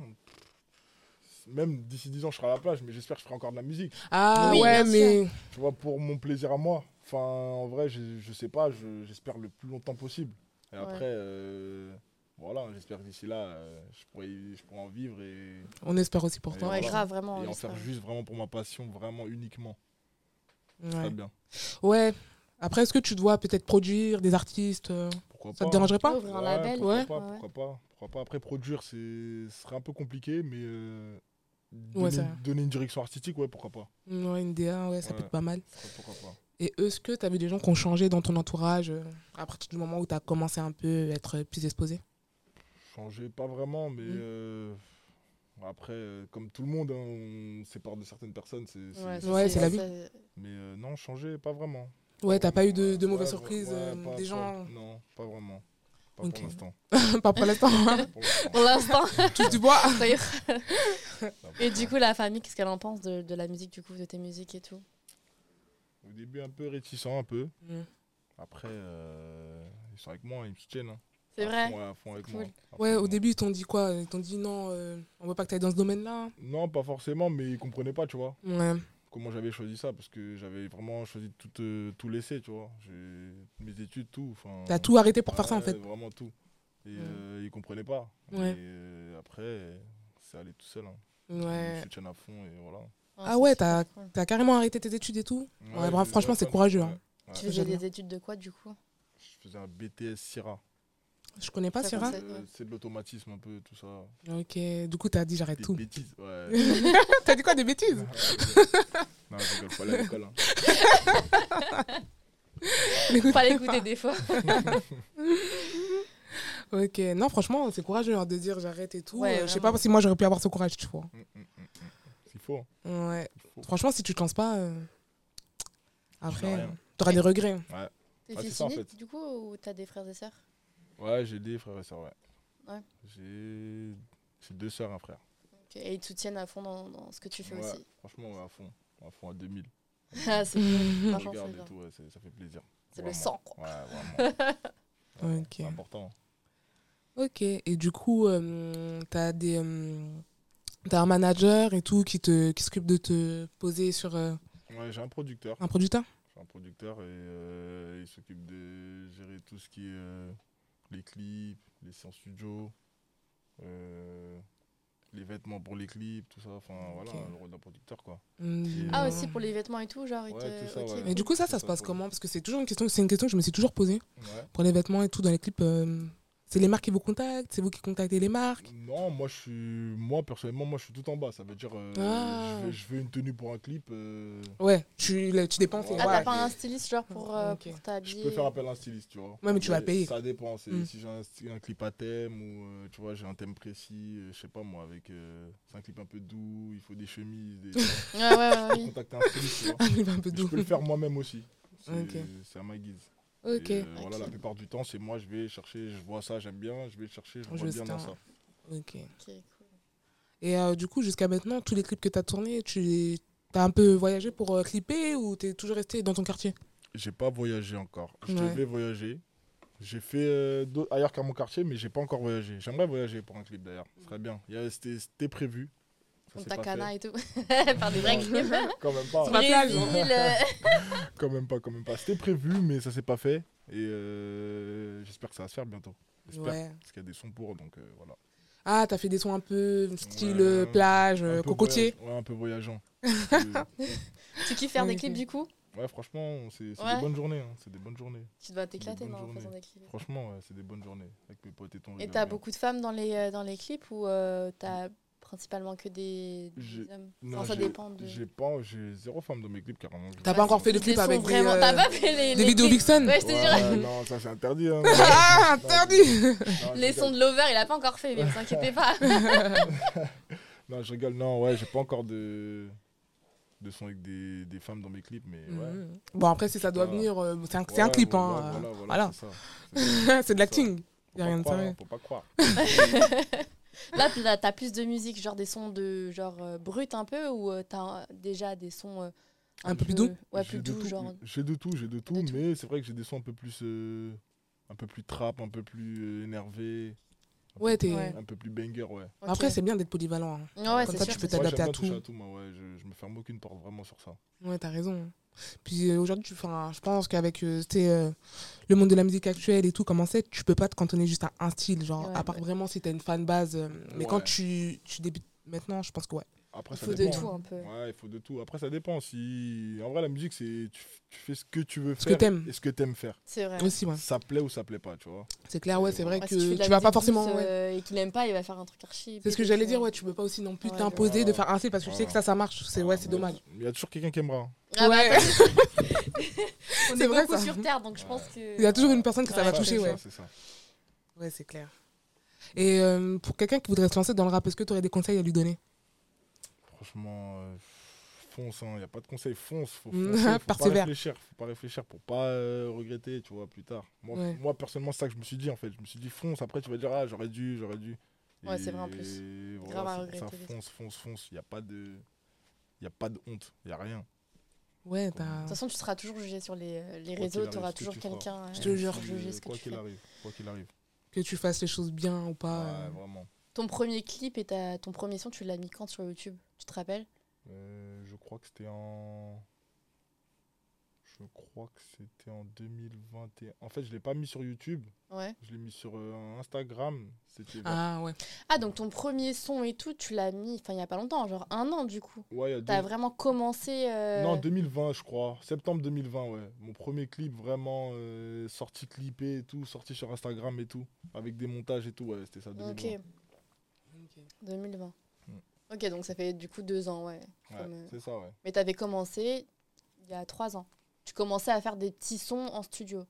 [SPEAKER 2] même d'ici 10 ans, je serai à la plage, mais j'espère que je ferai encore de la musique.
[SPEAKER 3] Ah
[SPEAKER 1] Oui,
[SPEAKER 3] ouais,
[SPEAKER 1] bien
[SPEAKER 3] mais
[SPEAKER 2] Tu vois, pour mon plaisir à moi. Enfin, en vrai, je, je sais pas, je- j'espère le plus longtemps possible. Et
[SPEAKER 1] Ouais.
[SPEAKER 2] après, euh, voilà, j'espère que d'ici là, euh, je, pourrai, je pourrai en vivre et,
[SPEAKER 3] on espère aussi pour
[SPEAKER 2] Et
[SPEAKER 1] Ouais,
[SPEAKER 3] toi.
[SPEAKER 2] voilà.
[SPEAKER 1] grave, vraiment.
[SPEAKER 2] et en
[SPEAKER 1] j'espère.
[SPEAKER 2] faire juste vraiment pour ma passion, vraiment uniquement. Très
[SPEAKER 3] Ouais.
[SPEAKER 2] bien.
[SPEAKER 3] Ouais. Après, est-ce que tu te vois peut-être produire des artistes euh,
[SPEAKER 2] Pourquoi
[SPEAKER 3] Ça
[SPEAKER 2] pas hein.
[SPEAKER 3] te dérangerait
[SPEAKER 1] Ouais,
[SPEAKER 3] pas
[SPEAKER 1] ouvrir un label.
[SPEAKER 2] Pourquoi,
[SPEAKER 3] Ouais.
[SPEAKER 2] pas,
[SPEAKER 1] Ouais.
[SPEAKER 2] pourquoi pas Pourquoi pas Après, produire, c'est ce serait un peu compliqué, mais euh, donner,
[SPEAKER 3] Ouais, ça-
[SPEAKER 2] donner une direction artistique, ouais, pourquoi pas
[SPEAKER 3] Ouais, une DA, ouais, ça
[SPEAKER 2] Ouais.
[SPEAKER 3] peut être pas mal.
[SPEAKER 2] Ouais, Pourquoi pas
[SPEAKER 3] Et est-ce que tu as vu des gens qui ont changé dans ton entourage euh, à partir du moment où tu as commencé un peu à être plus exposé
[SPEAKER 2] Changer, pas vraiment, mais
[SPEAKER 3] Mm.
[SPEAKER 2] euh, après, euh, comme tout le monde, hein, on se sépare de certaines personnes. c'est c'est-
[SPEAKER 1] Ouais,
[SPEAKER 2] c'est-
[SPEAKER 3] Ouais,
[SPEAKER 1] ça,
[SPEAKER 3] c'est la
[SPEAKER 1] ça,
[SPEAKER 2] Mais euh, non, changer, pas vraiment.
[SPEAKER 3] Ouais, t'as pas eu de,
[SPEAKER 2] vraiment,
[SPEAKER 3] de
[SPEAKER 2] ouais.
[SPEAKER 3] mauvaises
[SPEAKER 2] Ouais,
[SPEAKER 3] surprises
[SPEAKER 2] ouais,
[SPEAKER 3] euh,
[SPEAKER 2] pas-
[SPEAKER 3] des
[SPEAKER 2] pas-
[SPEAKER 3] gens
[SPEAKER 2] Non, pas vraiment. Pas
[SPEAKER 3] Ok.
[SPEAKER 2] pour l'instant.
[SPEAKER 3] Pas pour l'instant,
[SPEAKER 2] Pas
[SPEAKER 3] hein.
[SPEAKER 2] pour l'instant.
[SPEAKER 1] Pour l'instant,
[SPEAKER 3] touche du bois.
[SPEAKER 1] ça ira. Et du coup, la famille, qu'est-ce qu'elle en pense de, de la musique, du coup, de tes musiques et tout
[SPEAKER 2] Au début, un peu réticent, un peu.
[SPEAKER 3] Mm.
[SPEAKER 2] Après, euh, ils sont avec moi, ils me soutiennent. hein.
[SPEAKER 1] C'est
[SPEAKER 2] À
[SPEAKER 1] vrai
[SPEAKER 2] fond, ouais, à fond avec
[SPEAKER 1] C'est
[SPEAKER 2] moi.
[SPEAKER 1] cool.
[SPEAKER 2] À
[SPEAKER 3] Ouais,
[SPEAKER 2] fond
[SPEAKER 3] au
[SPEAKER 2] avec moi.
[SPEAKER 3] début, ils t'ont dit quoi Ils t'ont dit non, euh, on veut pas que t'ailles dans ce domaine-là.
[SPEAKER 2] Non, pas forcément, mais ils comprenaient pas, tu vois,
[SPEAKER 3] Ouais.
[SPEAKER 2] comment j'avais choisi ça, parce que j'avais vraiment choisi de tout, euh, tout laisser, tu vois. J'ai mes études, tout. enfin,
[SPEAKER 3] T'as tout arrêté pour faire ça en
[SPEAKER 2] ouais,
[SPEAKER 3] fait.
[SPEAKER 2] Vraiment tout. Et
[SPEAKER 1] Mm.
[SPEAKER 2] euh, ils comprenaient pas.
[SPEAKER 3] Ouais.
[SPEAKER 2] Et euh, après, euh, c'est allé tout seul. hein. Ils me
[SPEAKER 3] Ouais.
[SPEAKER 2] soutiennent à fond et voilà.
[SPEAKER 3] Ah ouais,
[SPEAKER 1] c'est
[SPEAKER 3] t'as-
[SPEAKER 1] super cool.
[SPEAKER 3] T'as carrément arrêté tes études et tout. Ouais,
[SPEAKER 2] j'ai
[SPEAKER 3] bravo,
[SPEAKER 2] des
[SPEAKER 3] franchement,
[SPEAKER 2] vrais
[SPEAKER 3] c'est
[SPEAKER 2] fans.
[SPEAKER 3] courageux,
[SPEAKER 2] Ouais.
[SPEAKER 3] hein.
[SPEAKER 2] Ouais.
[SPEAKER 1] Tu faisais
[SPEAKER 3] J'adore.
[SPEAKER 1] des études de quoi, du coup
[SPEAKER 2] Je faisais un BTS Syrah.
[SPEAKER 3] Je connais pas,
[SPEAKER 1] Ça
[SPEAKER 3] Sarah.
[SPEAKER 1] commence-
[SPEAKER 2] Euh, C'est de l'automatisme un peu, tout ça.
[SPEAKER 3] Ok, du coup, t'as dit j'arrête
[SPEAKER 2] Des
[SPEAKER 3] tout.
[SPEAKER 2] bêtises, ouais.
[SPEAKER 3] T'as dit quoi, des
[SPEAKER 2] non,
[SPEAKER 3] bêtises
[SPEAKER 2] je rigole, faut aller à l'école. hein.
[SPEAKER 1] Fallait l'écouter des fois.
[SPEAKER 3] Ok, non, franchement, c'est courageux hein, de dire j'arrête et tout.
[SPEAKER 1] Ouais,
[SPEAKER 3] Euh, je sais
[SPEAKER 1] vraiment.
[SPEAKER 3] pas si moi j'aurais pu avoir ce courage, tu vois.
[SPEAKER 2] Mm, mm, mm, mm. Il faut. hein,
[SPEAKER 3] Ouais.
[SPEAKER 2] il faut.
[SPEAKER 3] Franchement, si tu te lances pas, euh, après,
[SPEAKER 2] rien.
[SPEAKER 3] euh, t'auras des regrets.
[SPEAKER 1] T'es
[SPEAKER 2] Ouais,
[SPEAKER 1] fille
[SPEAKER 2] c'est ça, en
[SPEAKER 1] unique,
[SPEAKER 2] fait.
[SPEAKER 1] du coup, ou t'as des frères et sœurs
[SPEAKER 2] Ouais, j'ai des frères et sœurs, ouais.
[SPEAKER 1] Ouais.
[SPEAKER 2] J'ai j'ai deux sœurs, un frère.
[SPEAKER 1] Ok, Et ils te soutiennent à fond dans, dans ce que tu fais
[SPEAKER 2] Ouais,
[SPEAKER 1] aussi.
[SPEAKER 2] Franchement, ouais, à fond. À fond, à 2000.
[SPEAKER 1] Ah, c'est
[SPEAKER 2] Ils
[SPEAKER 1] cool. Franchement,
[SPEAKER 2] regardent
[SPEAKER 1] c'est
[SPEAKER 2] et
[SPEAKER 1] bien.
[SPEAKER 2] tout, ouais, c'est- ça fait plaisir.
[SPEAKER 1] C'est le
[SPEAKER 2] Vraiment.
[SPEAKER 1] sang, quoi.
[SPEAKER 2] Ouais, vraiment. Vraiment,
[SPEAKER 3] Ok.
[SPEAKER 2] C'est important.
[SPEAKER 3] Ok, et du coup, euh, t'as des. euh, t'as un manager et tout qui te qui s'occupe de te poser sur euh,
[SPEAKER 2] Ouais, j'ai un producteur.
[SPEAKER 3] un producteur
[SPEAKER 2] J'ai un producteur et euh, il s'occupe de gérer tout ce qui est euh, les clips, les séances studio, euh, les vêtements pour les clips, tout ça. Enfin, voilà,
[SPEAKER 3] Ok.
[SPEAKER 2] le rôle d'un producteur, quoi.
[SPEAKER 3] Mm.
[SPEAKER 1] Ah,
[SPEAKER 2] Ouais.
[SPEAKER 1] aussi pour les vêtements et tout, genre, ils
[SPEAKER 2] Ouais,
[SPEAKER 1] te.
[SPEAKER 2] tout ça,
[SPEAKER 1] ok,
[SPEAKER 2] ouais.
[SPEAKER 3] Mais
[SPEAKER 1] cool.
[SPEAKER 3] du coup, ça, ça
[SPEAKER 2] C'est
[SPEAKER 3] se
[SPEAKER 2] ça,
[SPEAKER 3] passe
[SPEAKER 2] ouais.
[SPEAKER 3] comment Parce que c'est toujours une question, c'est une question que je me suis toujours posée
[SPEAKER 2] Ouais.
[SPEAKER 3] pour les vêtements et tout dans les clips. euh, c'est les marques qui vous contactent, c'est vous qui contactez les marques.
[SPEAKER 2] Non, moi je suis, moi personnellement, moi je suis tout en bas. Ça veut dire, euh,
[SPEAKER 3] Ah.
[SPEAKER 2] je, veux, je veux une tenue pour un clip. euh,
[SPEAKER 3] Ouais, tu la- tu dépenses. et
[SPEAKER 1] Ah,
[SPEAKER 3] voilà.
[SPEAKER 1] t'as pas un styliste, genre, pour, euh,
[SPEAKER 3] Ok.
[SPEAKER 1] pour
[SPEAKER 2] je
[SPEAKER 1] t'habiller
[SPEAKER 2] peux faire appel à un styliste, tu vois.
[SPEAKER 3] Ouais, mais tu vas payer.
[SPEAKER 2] Ça dépend. c'est-
[SPEAKER 3] Mm.
[SPEAKER 2] Si j'ai un, sti- un clip à thème ou euh, tu vois, j'ai un thème précis, euh, je sais pas moi, avec euh, c'est un clip un peu doux, il faut des chemises, des...
[SPEAKER 1] Ouais, ouais, ouais, oui.
[SPEAKER 2] contacter un styliste, tu vois.
[SPEAKER 3] Ah, il va un peu
[SPEAKER 2] Mais Je
[SPEAKER 3] doux.
[SPEAKER 2] peux le faire moi-même aussi. C'est
[SPEAKER 3] Ok.
[SPEAKER 2] c'est à ma guise.
[SPEAKER 3] Ok.
[SPEAKER 2] Et, euh, voilà,
[SPEAKER 1] Ok.
[SPEAKER 2] la plupart du temps, c'est moi, je vais chercher, je vois ça, j'aime bien, je vais le chercher, je
[SPEAKER 3] Je hein.
[SPEAKER 2] vois
[SPEAKER 3] veux
[SPEAKER 2] bien
[SPEAKER 3] ça.
[SPEAKER 2] dans ça.
[SPEAKER 3] Ok.
[SPEAKER 1] Ok, cool.
[SPEAKER 3] Et euh, du coup, jusqu'à maintenant, tous les clips que tu as tournés, tu les- t'as un peu voyagé pour euh, clipper ou t'es toujours resté dans ton quartier
[SPEAKER 2] J'ai pas voyagé encore. Je
[SPEAKER 3] Ouais.
[SPEAKER 2] devais voyager. J'ai fait euh, d'au- ailleurs qu'à mon quartier, mais j'ai pas encore voyagé. J'aimerais voyager pour un clip d'ailleurs. Ce serait bien. Il y a- C'était c'était prévu. Ça
[SPEAKER 1] Comme
[SPEAKER 2] s'est
[SPEAKER 1] ta
[SPEAKER 2] pas
[SPEAKER 1] cana
[SPEAKER 2] fait.
[SPEAKER 1] et tout. Par des vrais
[SPEAKER 2] Non,
[SPEAKER 1] clips.
[SPEAKER 2] Quand même
[SPEAKER 3] Sur
[SPEAKER 2] pas. hein.
[SPEAKER 3] la plage. hein.
[SPEAKER 1] Brésil, euh,
[SPEAKER 2] Quand même pas, quand même pas. C'était prévu, mais ça s'est pas fait. Et euh, j'espère que ça va se faire bientôt. J'espère.
[SPEAKER 3] Ouais.
[SPEAKER 2] Parce qu'il y a des sons pour, donc euh, voilà.
[SPEAKER 3] Ah, t'as fait des sons un peu style
[SPEAKER 2] Ouais.
[SPEAKER 3] euh, plage,
[SPEAKER 2] Un
[SPEAKER 3] euh,
[SPEAKER 2] peu
[SPEAKER 3] cocotier.
[SPEAKER 2] voyage- ouais, un peu voyageant. Euh,
[SPEAKER 1] Tu kiffes faire des
[SPEAKER 3] Ok.
[SPEAKER 1] clips, du coup
[SPEAKER 2] ouais, franchement, c'est c'est
[SPEAKER 1] Ouais.
[SPEAKER 2] des bonnes journées. hein. C'est des bonnes journées.
[SPEAKER 1] Tu dois
[SPEAKER 2] des
[SPEAKER 1] t'éclater,
[SPEAKER 2] bonnes
[SPEAKER 1] non, en faisant
[SPEAKER 2] journées.
[SPEAKER 1] des clips.
[SPEAKER 2] Franchement, ouais, c'est des bonnes journées. Avec mes potes et ton
[SPEAKER 1] Et t'as beaucoup de femmes dans les, euh, dans les clips ou euh, t'as principalement que des, des
[SPEAKER 2] J'ai-
[SPEAKER 1] hommes
[SPEAKER 2] Non,
[SPEAKER 1] Enfin, ça
[SPEAKER 2] j'ai-
[SPEAKER 1] dépend de.
[SPEAKER 2] J'ai pas, j'ai zéro femme dans mes clips carrément.
[SPEAKER 3] T'as pas encore fait de
[SPEAKER 1] Des
[SPEAKER 3] clip
[SPEAKER 1] sons
[SPEAKER 3] avec des,
[SPEAKER 1] vraiment.
[SPEAKER 3] euh,
[SPEAKER 1] T'as pas fait les.
[SPEAKER 3] des
[SPEAKER 1] les
[SPEAKER 3] vidéos
[SPEAKER 1] clips
[SPEAKER 3] Vixen
[SPEAKER 1] Ouais, je te jure.
[SPEAKER 2] Ouais, non, ça c'est interdit. hein.
[SPEAKER 3] Ah, interdit
[SPEAKER 2] Non, je
[SPEAKER 1] Les
[SPEAKER 2] rigole.
[SPEAKER 1] sons de Lover, il a pas encore fait, mais vous inquiétez pas.
[SPEAKER 2] Non, je rigole. Non, ouais, j'ai pas encore de de sons avec des, des femmes dans mes clips, mais ouais.
[SPEAKER 3] Mhm. Bon, après, si ça doit
[SPEAKER 2] Voilà.
[SPEAKER 3] venir, euh, c'est un, c'est un clip.
[SPEAKER 2] Ouais,
[SPEAKER 3] hein,
[SPEAKER 2] Voilà,
[SPEAKER 3] euh,
[SPEAKER 2] voilà,
[SPEAKER 3] voilà.
[SPEAKER 2] voilà, c'est ça. C'est ça.
[SPEAKER 3] c'est de l'acting.
[SPEAKER 2] Faut
[SPEAKER 3] Y
[SPEAKER 2] pas
[SPEAKER 3] a rien de
[SPEAKER 2] croire,
[SPEAKER 3] sérieux.
[SPEAKER 2] hein, Faut pas croire.
[SPEAKER 1] Là, tu as plus de musique, genre des sons de genre euh, brut un peu, ou euh, t'as euh, déjà des sons euh,
[SPEAKER 3] Un peu plus doux
[SPEAKER 1] Ouais,
[SPEAKER 2] J'ai
[SPEAKER 1] plus
[SPEAKER 2] de
[SPEAKER 1] doux,
[SPEAKER 2] tout,
[SPEAKER 1] genre.
[SPEAKER 2] J'ai de tout, j'ai de tout,
[SPEAKER 1] de tout.
[SPEAKER 2] mais c'est vrai que j'ai des sons un peu plus, euh, un peu plus trap, un peu plus euh, énervé,
[SPEAKER 3] Ouais, t'es-
[SPEAKER 1] Ouais.
[SPEAKER 2] un peu plus banger, ouais.
[SPEAKER 1] Ok.
[SPEAKER 3] Après, c'est bien d'être polyvalent. hein.
[SPEAKER 1] Ouais,
[SPEAKER 3] comme
[SPEAKER 1] c'est
[SPEAKER 3] ça,
[SPEAKER 1] sûr.
[SPEAKER 3] tu peux
[SPEAKER 1] c'est
[SPEAKER 2] Moi,
[SPEAKER 1] sûr.
[SPEAKER 3] t'adapter
[SPEAKER 2] j'aime
[SPEAKER 3] à
[SPEAKER 2] bien toucher
[SPEAKER 3] tout.
[SPEAKER 2] à tout, moi, ouais. Je, je me ferme aucune porte vraiment sur ça.
[SPEAKER 3] Ouais, t'as raison. Puis euh, aujourd'hui, tu- 'fin, je pense qu'avec euh, tu sais, euh, le monde de la musique actuelle et tout, comment c'est, tu peux pas te cantonner juste à un style. Genre,
[SPEAKER 1] Ouais,
[SPEAKER 3] à part
[SPEAKER 1] ouais.
[SPEAKER 3] vraiment si t'as une fanbase. euh, mais
[SPEAKER 2] Ouais.
[SPEAKER 3] quand tu, tu débutes maintenant, je pense que ouais.
[SPEAKER 2] Après,
[SPEAKER 1] Il
[SPEAKER 2] ça
[SPEAKER 1] faut de
[SPEAKER 2] dépend,
[SPEAKER 1] tout
[SPEAKER 2] hein.
[SPEAKER 1] un peu.
[SPEAKER 2] Ouais, il faut de tout. Après, ça dépend. Si... En vrai, la musique, c'est tu, f- tu fais ce que tu veux
[SPEAKER 3] Ce que
[SPEAKER 2] faire
[SPEAKER 3] t'aimes.
[SPEAKER 2] et ce que t'aimes faire.
[SPEAKER 1] C'est vrai.
[SPEAKER 3] Aussi, ouais.
[SPEAKER 2] Ça plaît ou ça plaît pas, tu vois.
[SPEAKER 3] C'est clair, ouais, c'est vrai
[SPEAKER 1] Ouais,
[SPEAKER 3] que
[SPEAKER 1] si fais de la
[SPEAKER 3] tu vas pas
[SPEAKER 1] musique
[SPEAKER 3] forcément.
[SPEAKER 1] douce,
[SPEAKER 3] ouais.
[SPEAKER 1] euh, et qu'il aime pas, il va faire un truc archi.
[SPEAKER 3] C'est ce que
[SPEAKER 1] bébé,
[SPEAKER 3] j'allais
[SPEAKER 1] tu
[SPEAKER 3] dire,
[SPEAKER 1] vois.
[SPEAKER 3] ouais, tu peux pas aussi non plus
[SPEAKER 1] Ouais.
[SPEAKER 3] t'imposer de faire un style parce que tu sais
[SPEAKER 2] Voilà.
[SPEAKER 3] que ça, ça marche. C'est ouais, c'est
[SPEAKER 2] Ah,
[SPEAKER 3] dommage.
[SPEAKER 2] Il y a toujours quelqu'un qui aimera.
[SPEAKER 1] Ah bah,
[SPEAKER 3] Ouais.
[SPEAKER 1] on
[SPEAKER 3] C'est
[SPEAKER 1] est
[SPEAKER 3] vrai,
[SPEAKER 1] beaucoup
[SPEAKER 3] ça.
[SPEAKER 1] sur Terre, donc je pense que.
[SPEAKER 3] Il y a toujours une personne que ça
[SPEAKER 1] Ouais,
[SPEAKER 3] va
[SPEAKER 1] c'est
[SPEAKER 3] toucher,
[SPEAKER 2] ça,
[SPEAKER 3] ouais.
[SPEAKER 2] C'est ça.
[SPEAKER 3] Ouais, c'est clair. Et euh, pour quelqu'un qui voudrait se lancer dans le rap, est-ce que tu aurais des conseils à lui donner
[SPEAKER 2] Franchement, euh, fonce, hein. il n'y a pas de conseil, fonce, faut,
[SPEAKER 3] Mm,
[SPEAKER 2] foncer, faut pas
[SPEAKER 3] persévère.
[SPEAKER 2] réfléchir, faut pas réfléchir pour pas euh, regretter, tu vois, plus tard. Moi,
[SPEAKER 3] Ouais.
[SPEAKER 2] moi personnellement, c'est ça que je me suis dit en fait, je me suis dit fonce, après tu vas dire ah j'aurais dû, j'aurais dû.
[SPEAKER 1] Ouais, c'est vrai, en
[SPEAKER 2] Et voilà,
[SPEAKER 1] Grave à
[SPEAKER 2] c'est pour ça,
[SPEAKER 1] regretter,
[SPEAKER 2] fonce, fonce, fonce, il n'y a pas de y a pas de honte, il n'y a rien.
[SPEAKER 3] Ouais,
[SPEAKER 2] Comme-
[SPEAKER 1] De
[SPEAKER 3] t'as.
[SPEAKER 1] toute façon, tu seras toujours jugé sur les, euh, les
[SPEAKER 2] Quoi
[SPEAKER 1] réseaux,
[SPEAKER 2] qu'il
[SPEAKER 1] tu auras
[SPEAKER 2] arrive, ce que
[SPEAKER 1] toujours
[SPEAKER 2] tu feras.
[SPEAKER 1] quelqu'un.
[SPEAKER 3] Je te
[SPEAKER 1] euh,
[SPEAKER 3] jure.
[SPEAKER 1] pour
[SPEAKER 2] Euh,
[SPEAKER 1] juger ce que
[SPEAKER 2] quoi
[SPEAKER 1] tu
[SPEAKER 2] qu'il
[SPEAKER 1] fais.
[SPEAKER 2] arrive, quoi qu'il arrive.
[SPEAKER 3] Que tu fasses les choses bien ou pas. euh.
[SPEAKER 2] Ouais, vraiment.
[SPEAKER 1] Ton premier clip et ta, ton premier son, tu l'as mis quand sur YouTube Tu te rappelles
[SPEAKER 2] Euh, je crois que c'était en je crois que c'était en 2021. En fait, je l'ai pas mis sur YouTube.
[SPEAKER 1] Ouais.
[SPEAKER 2] Je l'ai mis sur euh, Instagram. C'était vers-
[SPEAKER 3] Ah ouais.
[SPEAKER 1] Ah, donc ton premier son et tout, tu l'as mis, enfin, il y a pas longtemps, genre un an du coup.
[SPEAKER 2] ouais, il y a
[SPEAKER 1] T'as
[SPEAKER 2] deux-
[SPEAKER 1] vraiment commencé. euh,
[SPEAKER 2] Non, 2020, je crois. Septembre 2020, ouais. Mon premier clip vraiment euh, sorti clippé et tout, sorti sur Instagram et tout, avec des montages et tout. Ouais, c'était ça. 2020.
[SPEAKER 1] Ok, 2020.
[SPEAKER 2] Mm.
[SPEAKER 1] Ok, donc ça fait du coup deux ans, ouais.
[SPEAKER 2] Ouais,
[SPEAKER 1] Comme, euh,
[SPEAKER 2] c'est ça, ouais.
[SPEAKER 1] Mais t'avais commencé il y a trois ans. Tu commençais à faire des petits sons en studio.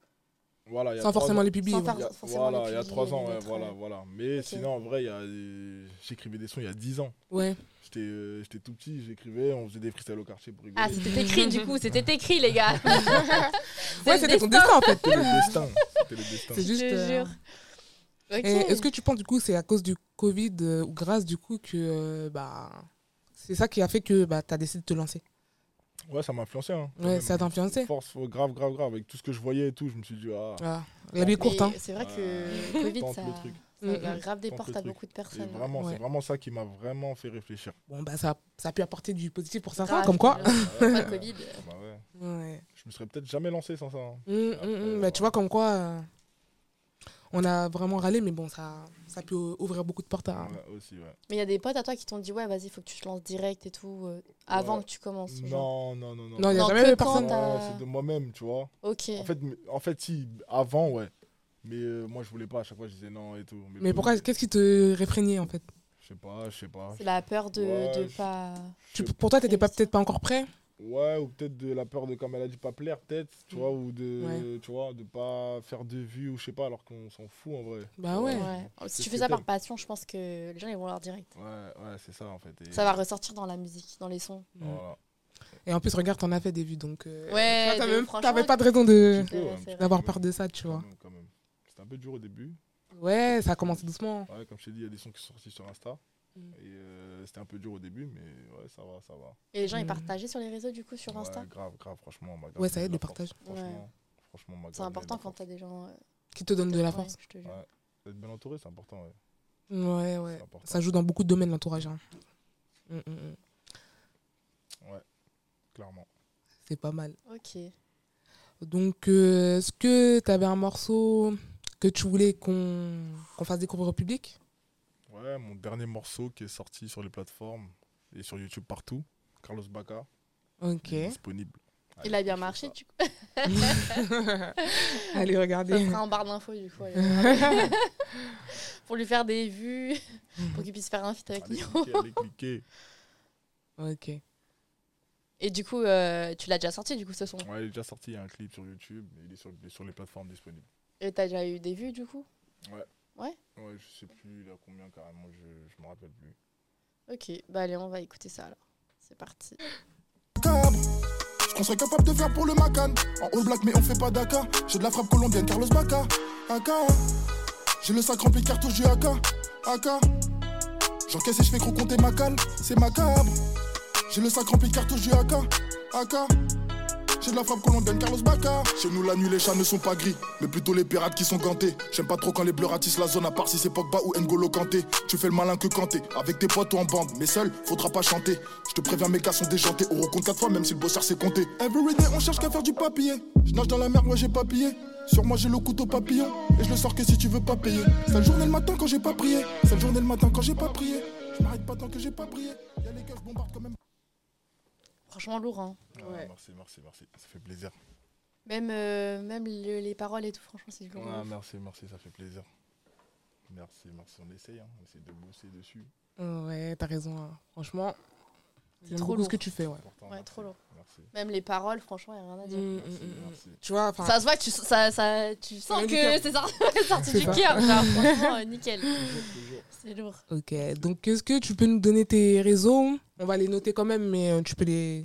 [SPEAKER 2] Voilà, il y a
[SPEAKER 3] Sans
[SPEAKER 2] trois
[SPEAKER 3] forcément
[SPEAKER 2] ans.
[SPEAKER 3] les publier.
[SPEAKER 1] Sans faire-
[SPEAKER 2] Il y a-
[SPEAKER 1] forcément
[SPEAKER 2] voilà,
[SPEAKER 1] les
[SPEAKER 2] il y a
[SPEAKER 1] publier,
[SPEAKER 2] trois
[SPEAKER 1] les
[SPEAKER 2] ans, ouais,
[SPEAKER 1] lettres,
[SPEAKER 2] voilà,
[SPEAKER 1] ouais.
[SPEAKER 2] voilà. Mais
[SPEAKER 1] Ok.
[SPEAKER 2] sinon, en vrai, il y a des- j'écrivais des sons il y a 10 ans.
[SPEAKER 3] Ouais.
[SPEAKER 2] J'étais euh, j'étais tout petit, j'écrivais, on faisait des freestyles au quartier pour rigoler.
[SPEAKER 4] Ah, c'était écrit du coup, c'était écrit les gars.
[SPEAKER 3] Ouais, c'était ton destin en fait.
[SPEAKER 2] C'était le destin. C'était le destin.
[SPEAKER 3] C'est
[SPEAKER 4] Je
[SPEAKER 3] juste.
[SPEAKER 4] te
[SPEAKER 3] euh,
[SPEAKER 4] jure.
[SPEAKER 1] Ok.
[SPEAKER 3] et Est-ce que tu penses du coup c'est à cause du Covid euh, ou grâce du coup que euh, bah c'est ça qui a fait que bah t'as décidé de te lancer.
[SPEAKER 2] Ouais, ça m'a influencé. Hein, quand
[SPEAKER 3] Ouais,
[SPEAKER 2] même.
[SPEAKER 3] ça t'a influencé.
[SPEAKER 2] Force, faut- grave, grave, grave. Avec tout ce que je voyais et tout, je me suis dit, ah.
[SPEAKER 3] Ah, La vie est courte hein. Ah.
[SPEAKER 1] Mais C'est vrai que
[SPEAKER 2] Ouais,
[SPEAKER 1] Covid,
[SPEAKER 2] tente
[SPEAKER 1] ça,
[SPEAKER 2] le truc.
[SPEAKER 1] ça ouvre
[SPEAKER 3] Mm.
[SPEAKER 1] grave des
[SPEAKER 2] Tente
[SPEAKER 1] portes
[SPEAKER 2] le
[SPEAKER 1] à
[SPEAKER 2] truc.
[SPEAKER 1] beaucoup de
[SPEAKER 2] C'est
[SPEAKER 1] personnes. ouais.
[SPEAKER 2] vraiment,
[SPEAKER 3] Ouais.
[SPEAKER 2] c'est vraiment ça qui m'a vraiment fait réfléchir.
[SPEAKER 3] Bon bah ça ça a pu apporter du positif pour certains
[SPEAKER 1] Grave,
[SPEAKER 3] Ah, comme quoi.
[SPEAKER 1] grave.
[SPEAKER 2] Ouais,
[SPEAKER 1] Pas
[SPEAKER 2] ouais.
[SPEAKER 1] de Covid.
[SPEAKER 2] Bah ouais.
[SPEAKER 3] Ouais.
[SPEAKER 2] Je me serais peut-être jamais lancé sans ça. hein.
[SPEAKER 3] Mm, mm,
[SPEAKER 2] Après,
[SPEAKER 3] mm.
[SPEAKER 2] voilà.
[SPEAKER 3] Bah, tu vois, comme quoi, euh, on a vraiment râlé, mais bon, ça, ça peut ouvrir beaucoup de portes hein. à.
[SPEAKER 2] Ouais, aussi, ouais.
[SPEAKER 1] Mais il y a des potes à toi qui t'ont dit ouais vas-y faut que tu te lances direct et tout euh, avant
[SPEAKER 2] Ouais.
[SPEAKER 1] que tu commences. genre.
[SPEAKER 2] Non, non, non, non.
[SPEAKER 3] Non, il n'y a
[SPEAKER 1] Non,
[SPEAKER 3] jamais
[SPEAKER 1] que
[SPEAKER 3] eu
[SPEAKER 1] quand
[SPEAKER 3] personne.
[SPEAKER 1] t'as-
[SPEAKER 2] Ouais, c'est de moi-même, tu vois.
[SPEAKER 1] Ok.
[SPEAKER 2] En fait, mais- en fait, si, avant, ouais. Mais euh, moi, je voulais pas. À chaque fois, je disais non et tout.
[SPEAKER 3] Mais
[SPEAKER 2] le
[SPEAKER 3] pourquoi
[SPEAKER 2] Covid,
[SPEAKER 3] Qu'est-ce qui te réfrégnait en fait
[SPEAKER 2] Je sais pas, je sais pas.
[SPEAKER 1] C'est la peur de,
[SPEAKER 2] Ouais,
[SPEAKER 1] de
[SPEAKER 2] je-
[SPEAKER 1] pas.
[SPEAKER 3] tu,
[SPEAKER 2] Je-
[SPEAKER 3] Pour toi, t'étais pas
[SPEAKER 1] Réussir.
[SPEAKER 3] peut-être pas encore prêt
[SPEAKER 2] Ouais, ou peut-être de la peur de, comme elle a dit, pas plaire, peut-être, tu vois, ou de,
[SPEAKER 3] Ouais.
[SPEAKER 2] tu vois, de pas faire de vues, ou je sais pas, alors qu'on s'en fout en vrai.
[SPEAKER 3] Bah ouais.
[SPEAKER 1] Ouais. Si tu
[SPEAKER 2] C'est
[SPEAKER 1] fais ça par
[SPEAKER 2] tel.
[SPEAKER 1] passion, je pense que les gens ils vont leur direct.
[SPEAKER 2] Ouais, ouais, c'est ça en fait. et-
[SPEAKER 1] Ça va ressortir dans la musique, dans les sons.
[SPEAKER 2] Voilà.
[SPEAKER 3] Et en plus, regarde, t'en as fait des vues, donc. euh,
[SPEAKER 1] Ouais,
[SPEAKER 3] tu vois, t'as
[SPEAKER 1] de-
[SPEAKER 3] même-
[SPEAKER 1] franchement,
[SPEAKER 3] T'avais pas de raison de
[SPEAKER 2] Tu peux,
[SPEAKER 1] vrai,
[SPEAKER 2] ouais,
[SPEAKER 1] c'est
[SPEAKER 2] un petit
[SPEAKER 1] vrai.
[SPEAKER 3] d'avoir
[SPEAKER 2] peu,
[SPEAKER 3] peur de ça, tu
[SPEAKER 2] quand
[SPEAKER 3] vois.
[SPEAKER 2] même, quand même. C'était un peu dur au début.
[SPEAKER 3] Ouais, ça a commencé doucement.
[SPEAKER 2] Ouais, comme je t'ai dit, il y a des sons qui sont sortis sur Insta.
[SPEAKER 3] Mm.
[SPEAKER 2] Et euh, c'était un peu dur au début, mais ouais, ça va, ça va.
[SPEAKER 1] Et les gens ils
[SPEAKER 3] Mm.
[SPEAKER 1] partageaient sur les réseaux du coup sur
[SPEAKER 2] Ouais,
[SPEAKER 1] Insta.
[SPEAKER 2] grave, grave, franchement. on m'a
[SPEAKER 3] Ouais,
[SPEAKER 2] gardé
[SPEAKER 3] ça
[SPEAKER 2] de
[SPEAKER 3] aide
[SPEAKER 2] la
[SPEAKER 3] le
[SPEAKER 2] force,
[SPEAKER 3] partage.
[SPEAKER 2] Franchement,
[SPEAKER 1] Ouais.
[SPEAKER 2] franchement, on m'a
[SPEAKER 1] C'est
[SPEAKER 2] gardé de
[SPEAKER 1] important
[SPEAKER 2] la
[SPEAKER 1] quand
[SPEAKER 2] force.
[SPEAKER 1] t'as des gens. euh,
[SPEAKER 3] Qui te donne de la
[SPEAKER 1] ouais,
[SPEAKER 3] Bah, force.
[SPEAKER 1] je te jure.
[SPEAKER 2] Ouais. D'être bien entouré, c'est important, ouais.
[SPEAKER 3] Ouais, ouais.
[SPEAKER 2] C'est important.
[SPEAKER 3] Ça joue dans beaucoup de domaines, l'entourage. hein. Mm, mm, mm.
[SPEAKER 2] Clairement.
[SPEAKER 3] C'est pas mal.
[SPEAKER 1] Ok.
[SPEAKER 3] Donc, euh, est-ce que tu avais un morceau que tu voulais qu'on qu'on fasse découvrir au public
[SPEAKER 2] Ouais, mon dernier morceau qui est sorti sur les plateformes et sur YouTube partout, Carlos Baca,
[SPEAKER 3] Ok.
[SPEAKER 2] il est disponible.
[SPEAKER 1] Il a
[SPEAKER 2] Allez,
[SPEAKER 1] bien
[SPEAKER 2] cherchez
[SPEAKER 1] marché
[SPEAKER 2] ça.
[SPEAKER 1] du coup.
[SPEAKER 3] Allez,
[SPEAKER 1] Ça
[SPEAKER 3] regardez.
[SPEAKER 1] sera en barre d'infos du coup. allez. pour lui faire des vues, pour qu'il puisse faire un feat avec
[SPEAKER 2] Allez
[SPEAKER 1] nous.
[SPEAKER 2] cliquer, allez cliquer.
[SPEAKER 3] Ok.
[SPEAKER 1] Et du coup, euh, tu l'as déjà sorti du coup ce son.
[SPEAKER 2] Ouais, il est déjà sorti, il y a un clip sur YouTube, mais il est sur, il est sur les plateformes disponibles.
[SPEAKER 1] Et t'as déjà eu des vues du coup
[SPEAKER 2] Ouais, je sais plus, il a combien carrément, je, je me rappelle plus.
[SPEAKER 1] Ok, bah allez, on va écouter ça alors. C'est parti.
[SPEAKER 5] macabre. Ce qu'on serait capable de faire pour le Macan. En all black, mais on fait pas d'aka. J'ai de la frappe colombienne, Carlos Baca. AK. J'ai le sac rempli de cartouches du AK. AK. J'encaisse et je fais croquer ma canne. C'est macabre. J'ai le sac rempli de cartouches du AK. AK. J'ai de la frappe colombienne, Carlos Baca. Chez nous, la nuit, les chats ne sont pas gris, mais plutôt les pirates qui sont gantés. J'aime pas trop quand les bleus ratissent la zone, à part si c'est Pogba ou N'Golo Kanté. Tu fais le malin que Kanté, avec tes potes ou en bande, mais seul, faudra pas chanter. Je te préviens, mes gars sont déjantés, on recompte quatre fois, même si le bossard c'est compté. Every day, on cherche qu'à faire du papier. Je nage dans la mer, moi j'ai papillé. Sur moi j'ai le couteau papillon, et je le sors que si tu veux pas payer. Cette journée le matin quand j'ai pas prié, cette journée le matin quand j'ai pas prié. Je m'arrête pas tant que j'ai pas prié. Y'a les gars, je bombarde quand même.
[SPEAKER 1] Franchement lourd, hein.
[SPEAKER 2] Ah,
[SPEAKER 3] Ouais.
[SPEAKER 2] merci, merci, merci, ça fait plaisir.
[SPEAKER 1] Même, euh, même le- les paroles et tout, franchement, c'est lourd.
[SPEAKER 2] Ouais, Ah, merci, merci, ça fait plaisir. Merci, merci, on essaye, hein. on essaie de bosser dessus.
[SPEAKER 3] Ouais, t'as raison. hein. Franchement, j'aime
[SPEAKER 1] trop
[SPEAKER 3] beaucoup
[SPEAKER 1] lourd.
[SPEAKER 3] ce que tu fais. Ouais.
[SPEAKER 2] Important,
[SPEAKER 1] Ouais,
[SPEAKER 2] merci,
[SPEAKER 1] trop lourd.
[SPEAKER 2] Merci,
[SPEAKER 1] Même les paroles, franchement, il a rien à dire.
[SPEAKER 3] Mm,
[SPEAKER 2] merci,
[SPEAKER 3] mm, mm, mm.
[SPEAKER 2] merci.
[SPEAKER 3] Tu vois, enfin,
[SPEAKER 1] Ça se voit, que tu, ça, ça, tu sens
[SPEAKER 3] Ouais,
[SPEAKER 1] que
[SPEAKER 3] nickel.
[SPEAKER 1] c'est sorti, sorti
[SPEAKER 3] C'est
[SPEAKER 1] du
[SPEAKER 3] ça.
[SPEAKER 1] cœur. genre, Franchement, euh, nickel.
[SPEAKER 2] Toujours.
[SPEAKER 1] C'est lourd.
[SPEAKER 3] Ok. Donc, est-ce que tu peux nous donner tes réseaux On va les noter quand même, mais euh, tu peux les,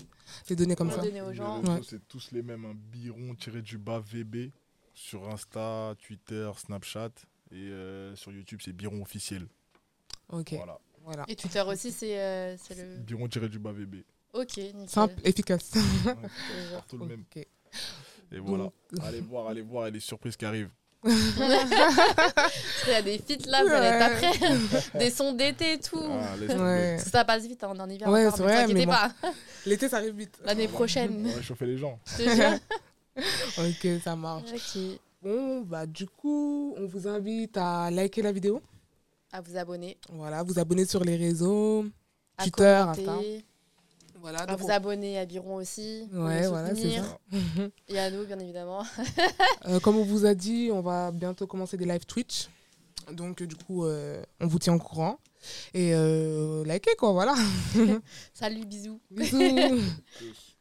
[SPEAKER 3] les donner comme
[SPEAKER 1] On
[SPEAKER 3] ça.
[SPEAKER 1] va donner aux
[SPEAKER 2] Mes
[SPEAKER 1] gens.
[SPEAKER 2] réseaux,
[SPEAKER 3] Ouais.
[SPEAKER 2] C'est tous les mêmes, un biron tiré du bas VB sur Insta, Twitter, Snapchat et euh, sur YouTube c'est biron officiel.
[SPEAKER 3] Ok.
[SPEAKER 2] Voilà.
[SPEAKER 3] Voilà.
[SPEAKER 1] Et Twitter aussi, c'est euh, c'est le.
[SPEAKER 2] Biron tiré du bas VB.
[SPEAKER 1] Ok, nickel.
[SPEAKER 3] Simple, efficace.
[SPEAKER 2] Ouais, c'est partout le même.
[SPEAKER 3] Ok.
[SPEAKER 2] Et voilà.
[SPEAKER 3] Donc-
[SPEAKER 2] Allez voir, allez voir, et les surprises qui arrivent.
[SPEAKER 1] Il y a des feats là, vous allez être après. des sons d'été et tout.
[SPEAKER 2] Ah, laisse tomber.
[SPEAKER 3] Oh. Ouais.
[SPEAKER 1] Parce que ça passe vite, hein, on est en hiver.
[SPEAKER 3] Ouais,
[SPEAKER 1] encore,
[SPEAKER 3] c'est
[SPEAKER 1] mais
[SPEAKER 3] vrai,
[SPEAKER 1] vous
[SPEAKER 3] mais
[SPEAKER 1] inquiétez
[SPEAKER 3] bon.
[SPEAKER 1] pas.
[SPEAKER 3] L'été, ça arrive vite.
[SPEAKER 1] L'année
[SPEAKER 2] On
[SPEAKER 1] prochaine.
[SPEAKER 2] va chauffer les gens.
[SPEAKER 1] Je te jure.
[SPEAKER 3] Ok, ça marche.
[SPEAKER 1] Ok.
[SPEAKER 3] Bon, bah, du coup, on vous invite à liker la vidéo.
[SPEAKER 1] À vous abonner.
[SPEAKER 3] Voilà, vous abonner sur les réseaux.
[SPEAKER 1] À
[SPEAKER 3] Twitter,
[SPEAKER 1] commenter,
[SPEAKER 3] Insta.
[SPEAKER 2] Ah,
[SPEAKER 3] Voilà,
[SPEAKER 1] À
[SPEAKER 3] donc
[SPEAKER 1] vous
[SPEAKER 3] on-
[SPEAKER 1] abonner à Biron aussi. pour
[SPEAKER 3] Ouais,
[SPEAKER 1] nous
[SPEAKER 3] voilà, c'est
[SPEAKER 1] soutenir.
[SPEAKER 3] ça.
[SPEAKER 1] Et à nous, bien évidemment.
[SPEAKER 3] Euh, comme on vous a dit, on va bientôt commencer des live Twitch. Donc, euh, du coup, euh, on vous tient au courant. Et euh, likez, quoi, voilà.
[SPEAKER 1] Salut, bisous.
[SPEAKER 3] Bisous.
[SPEAKER 2] Tous.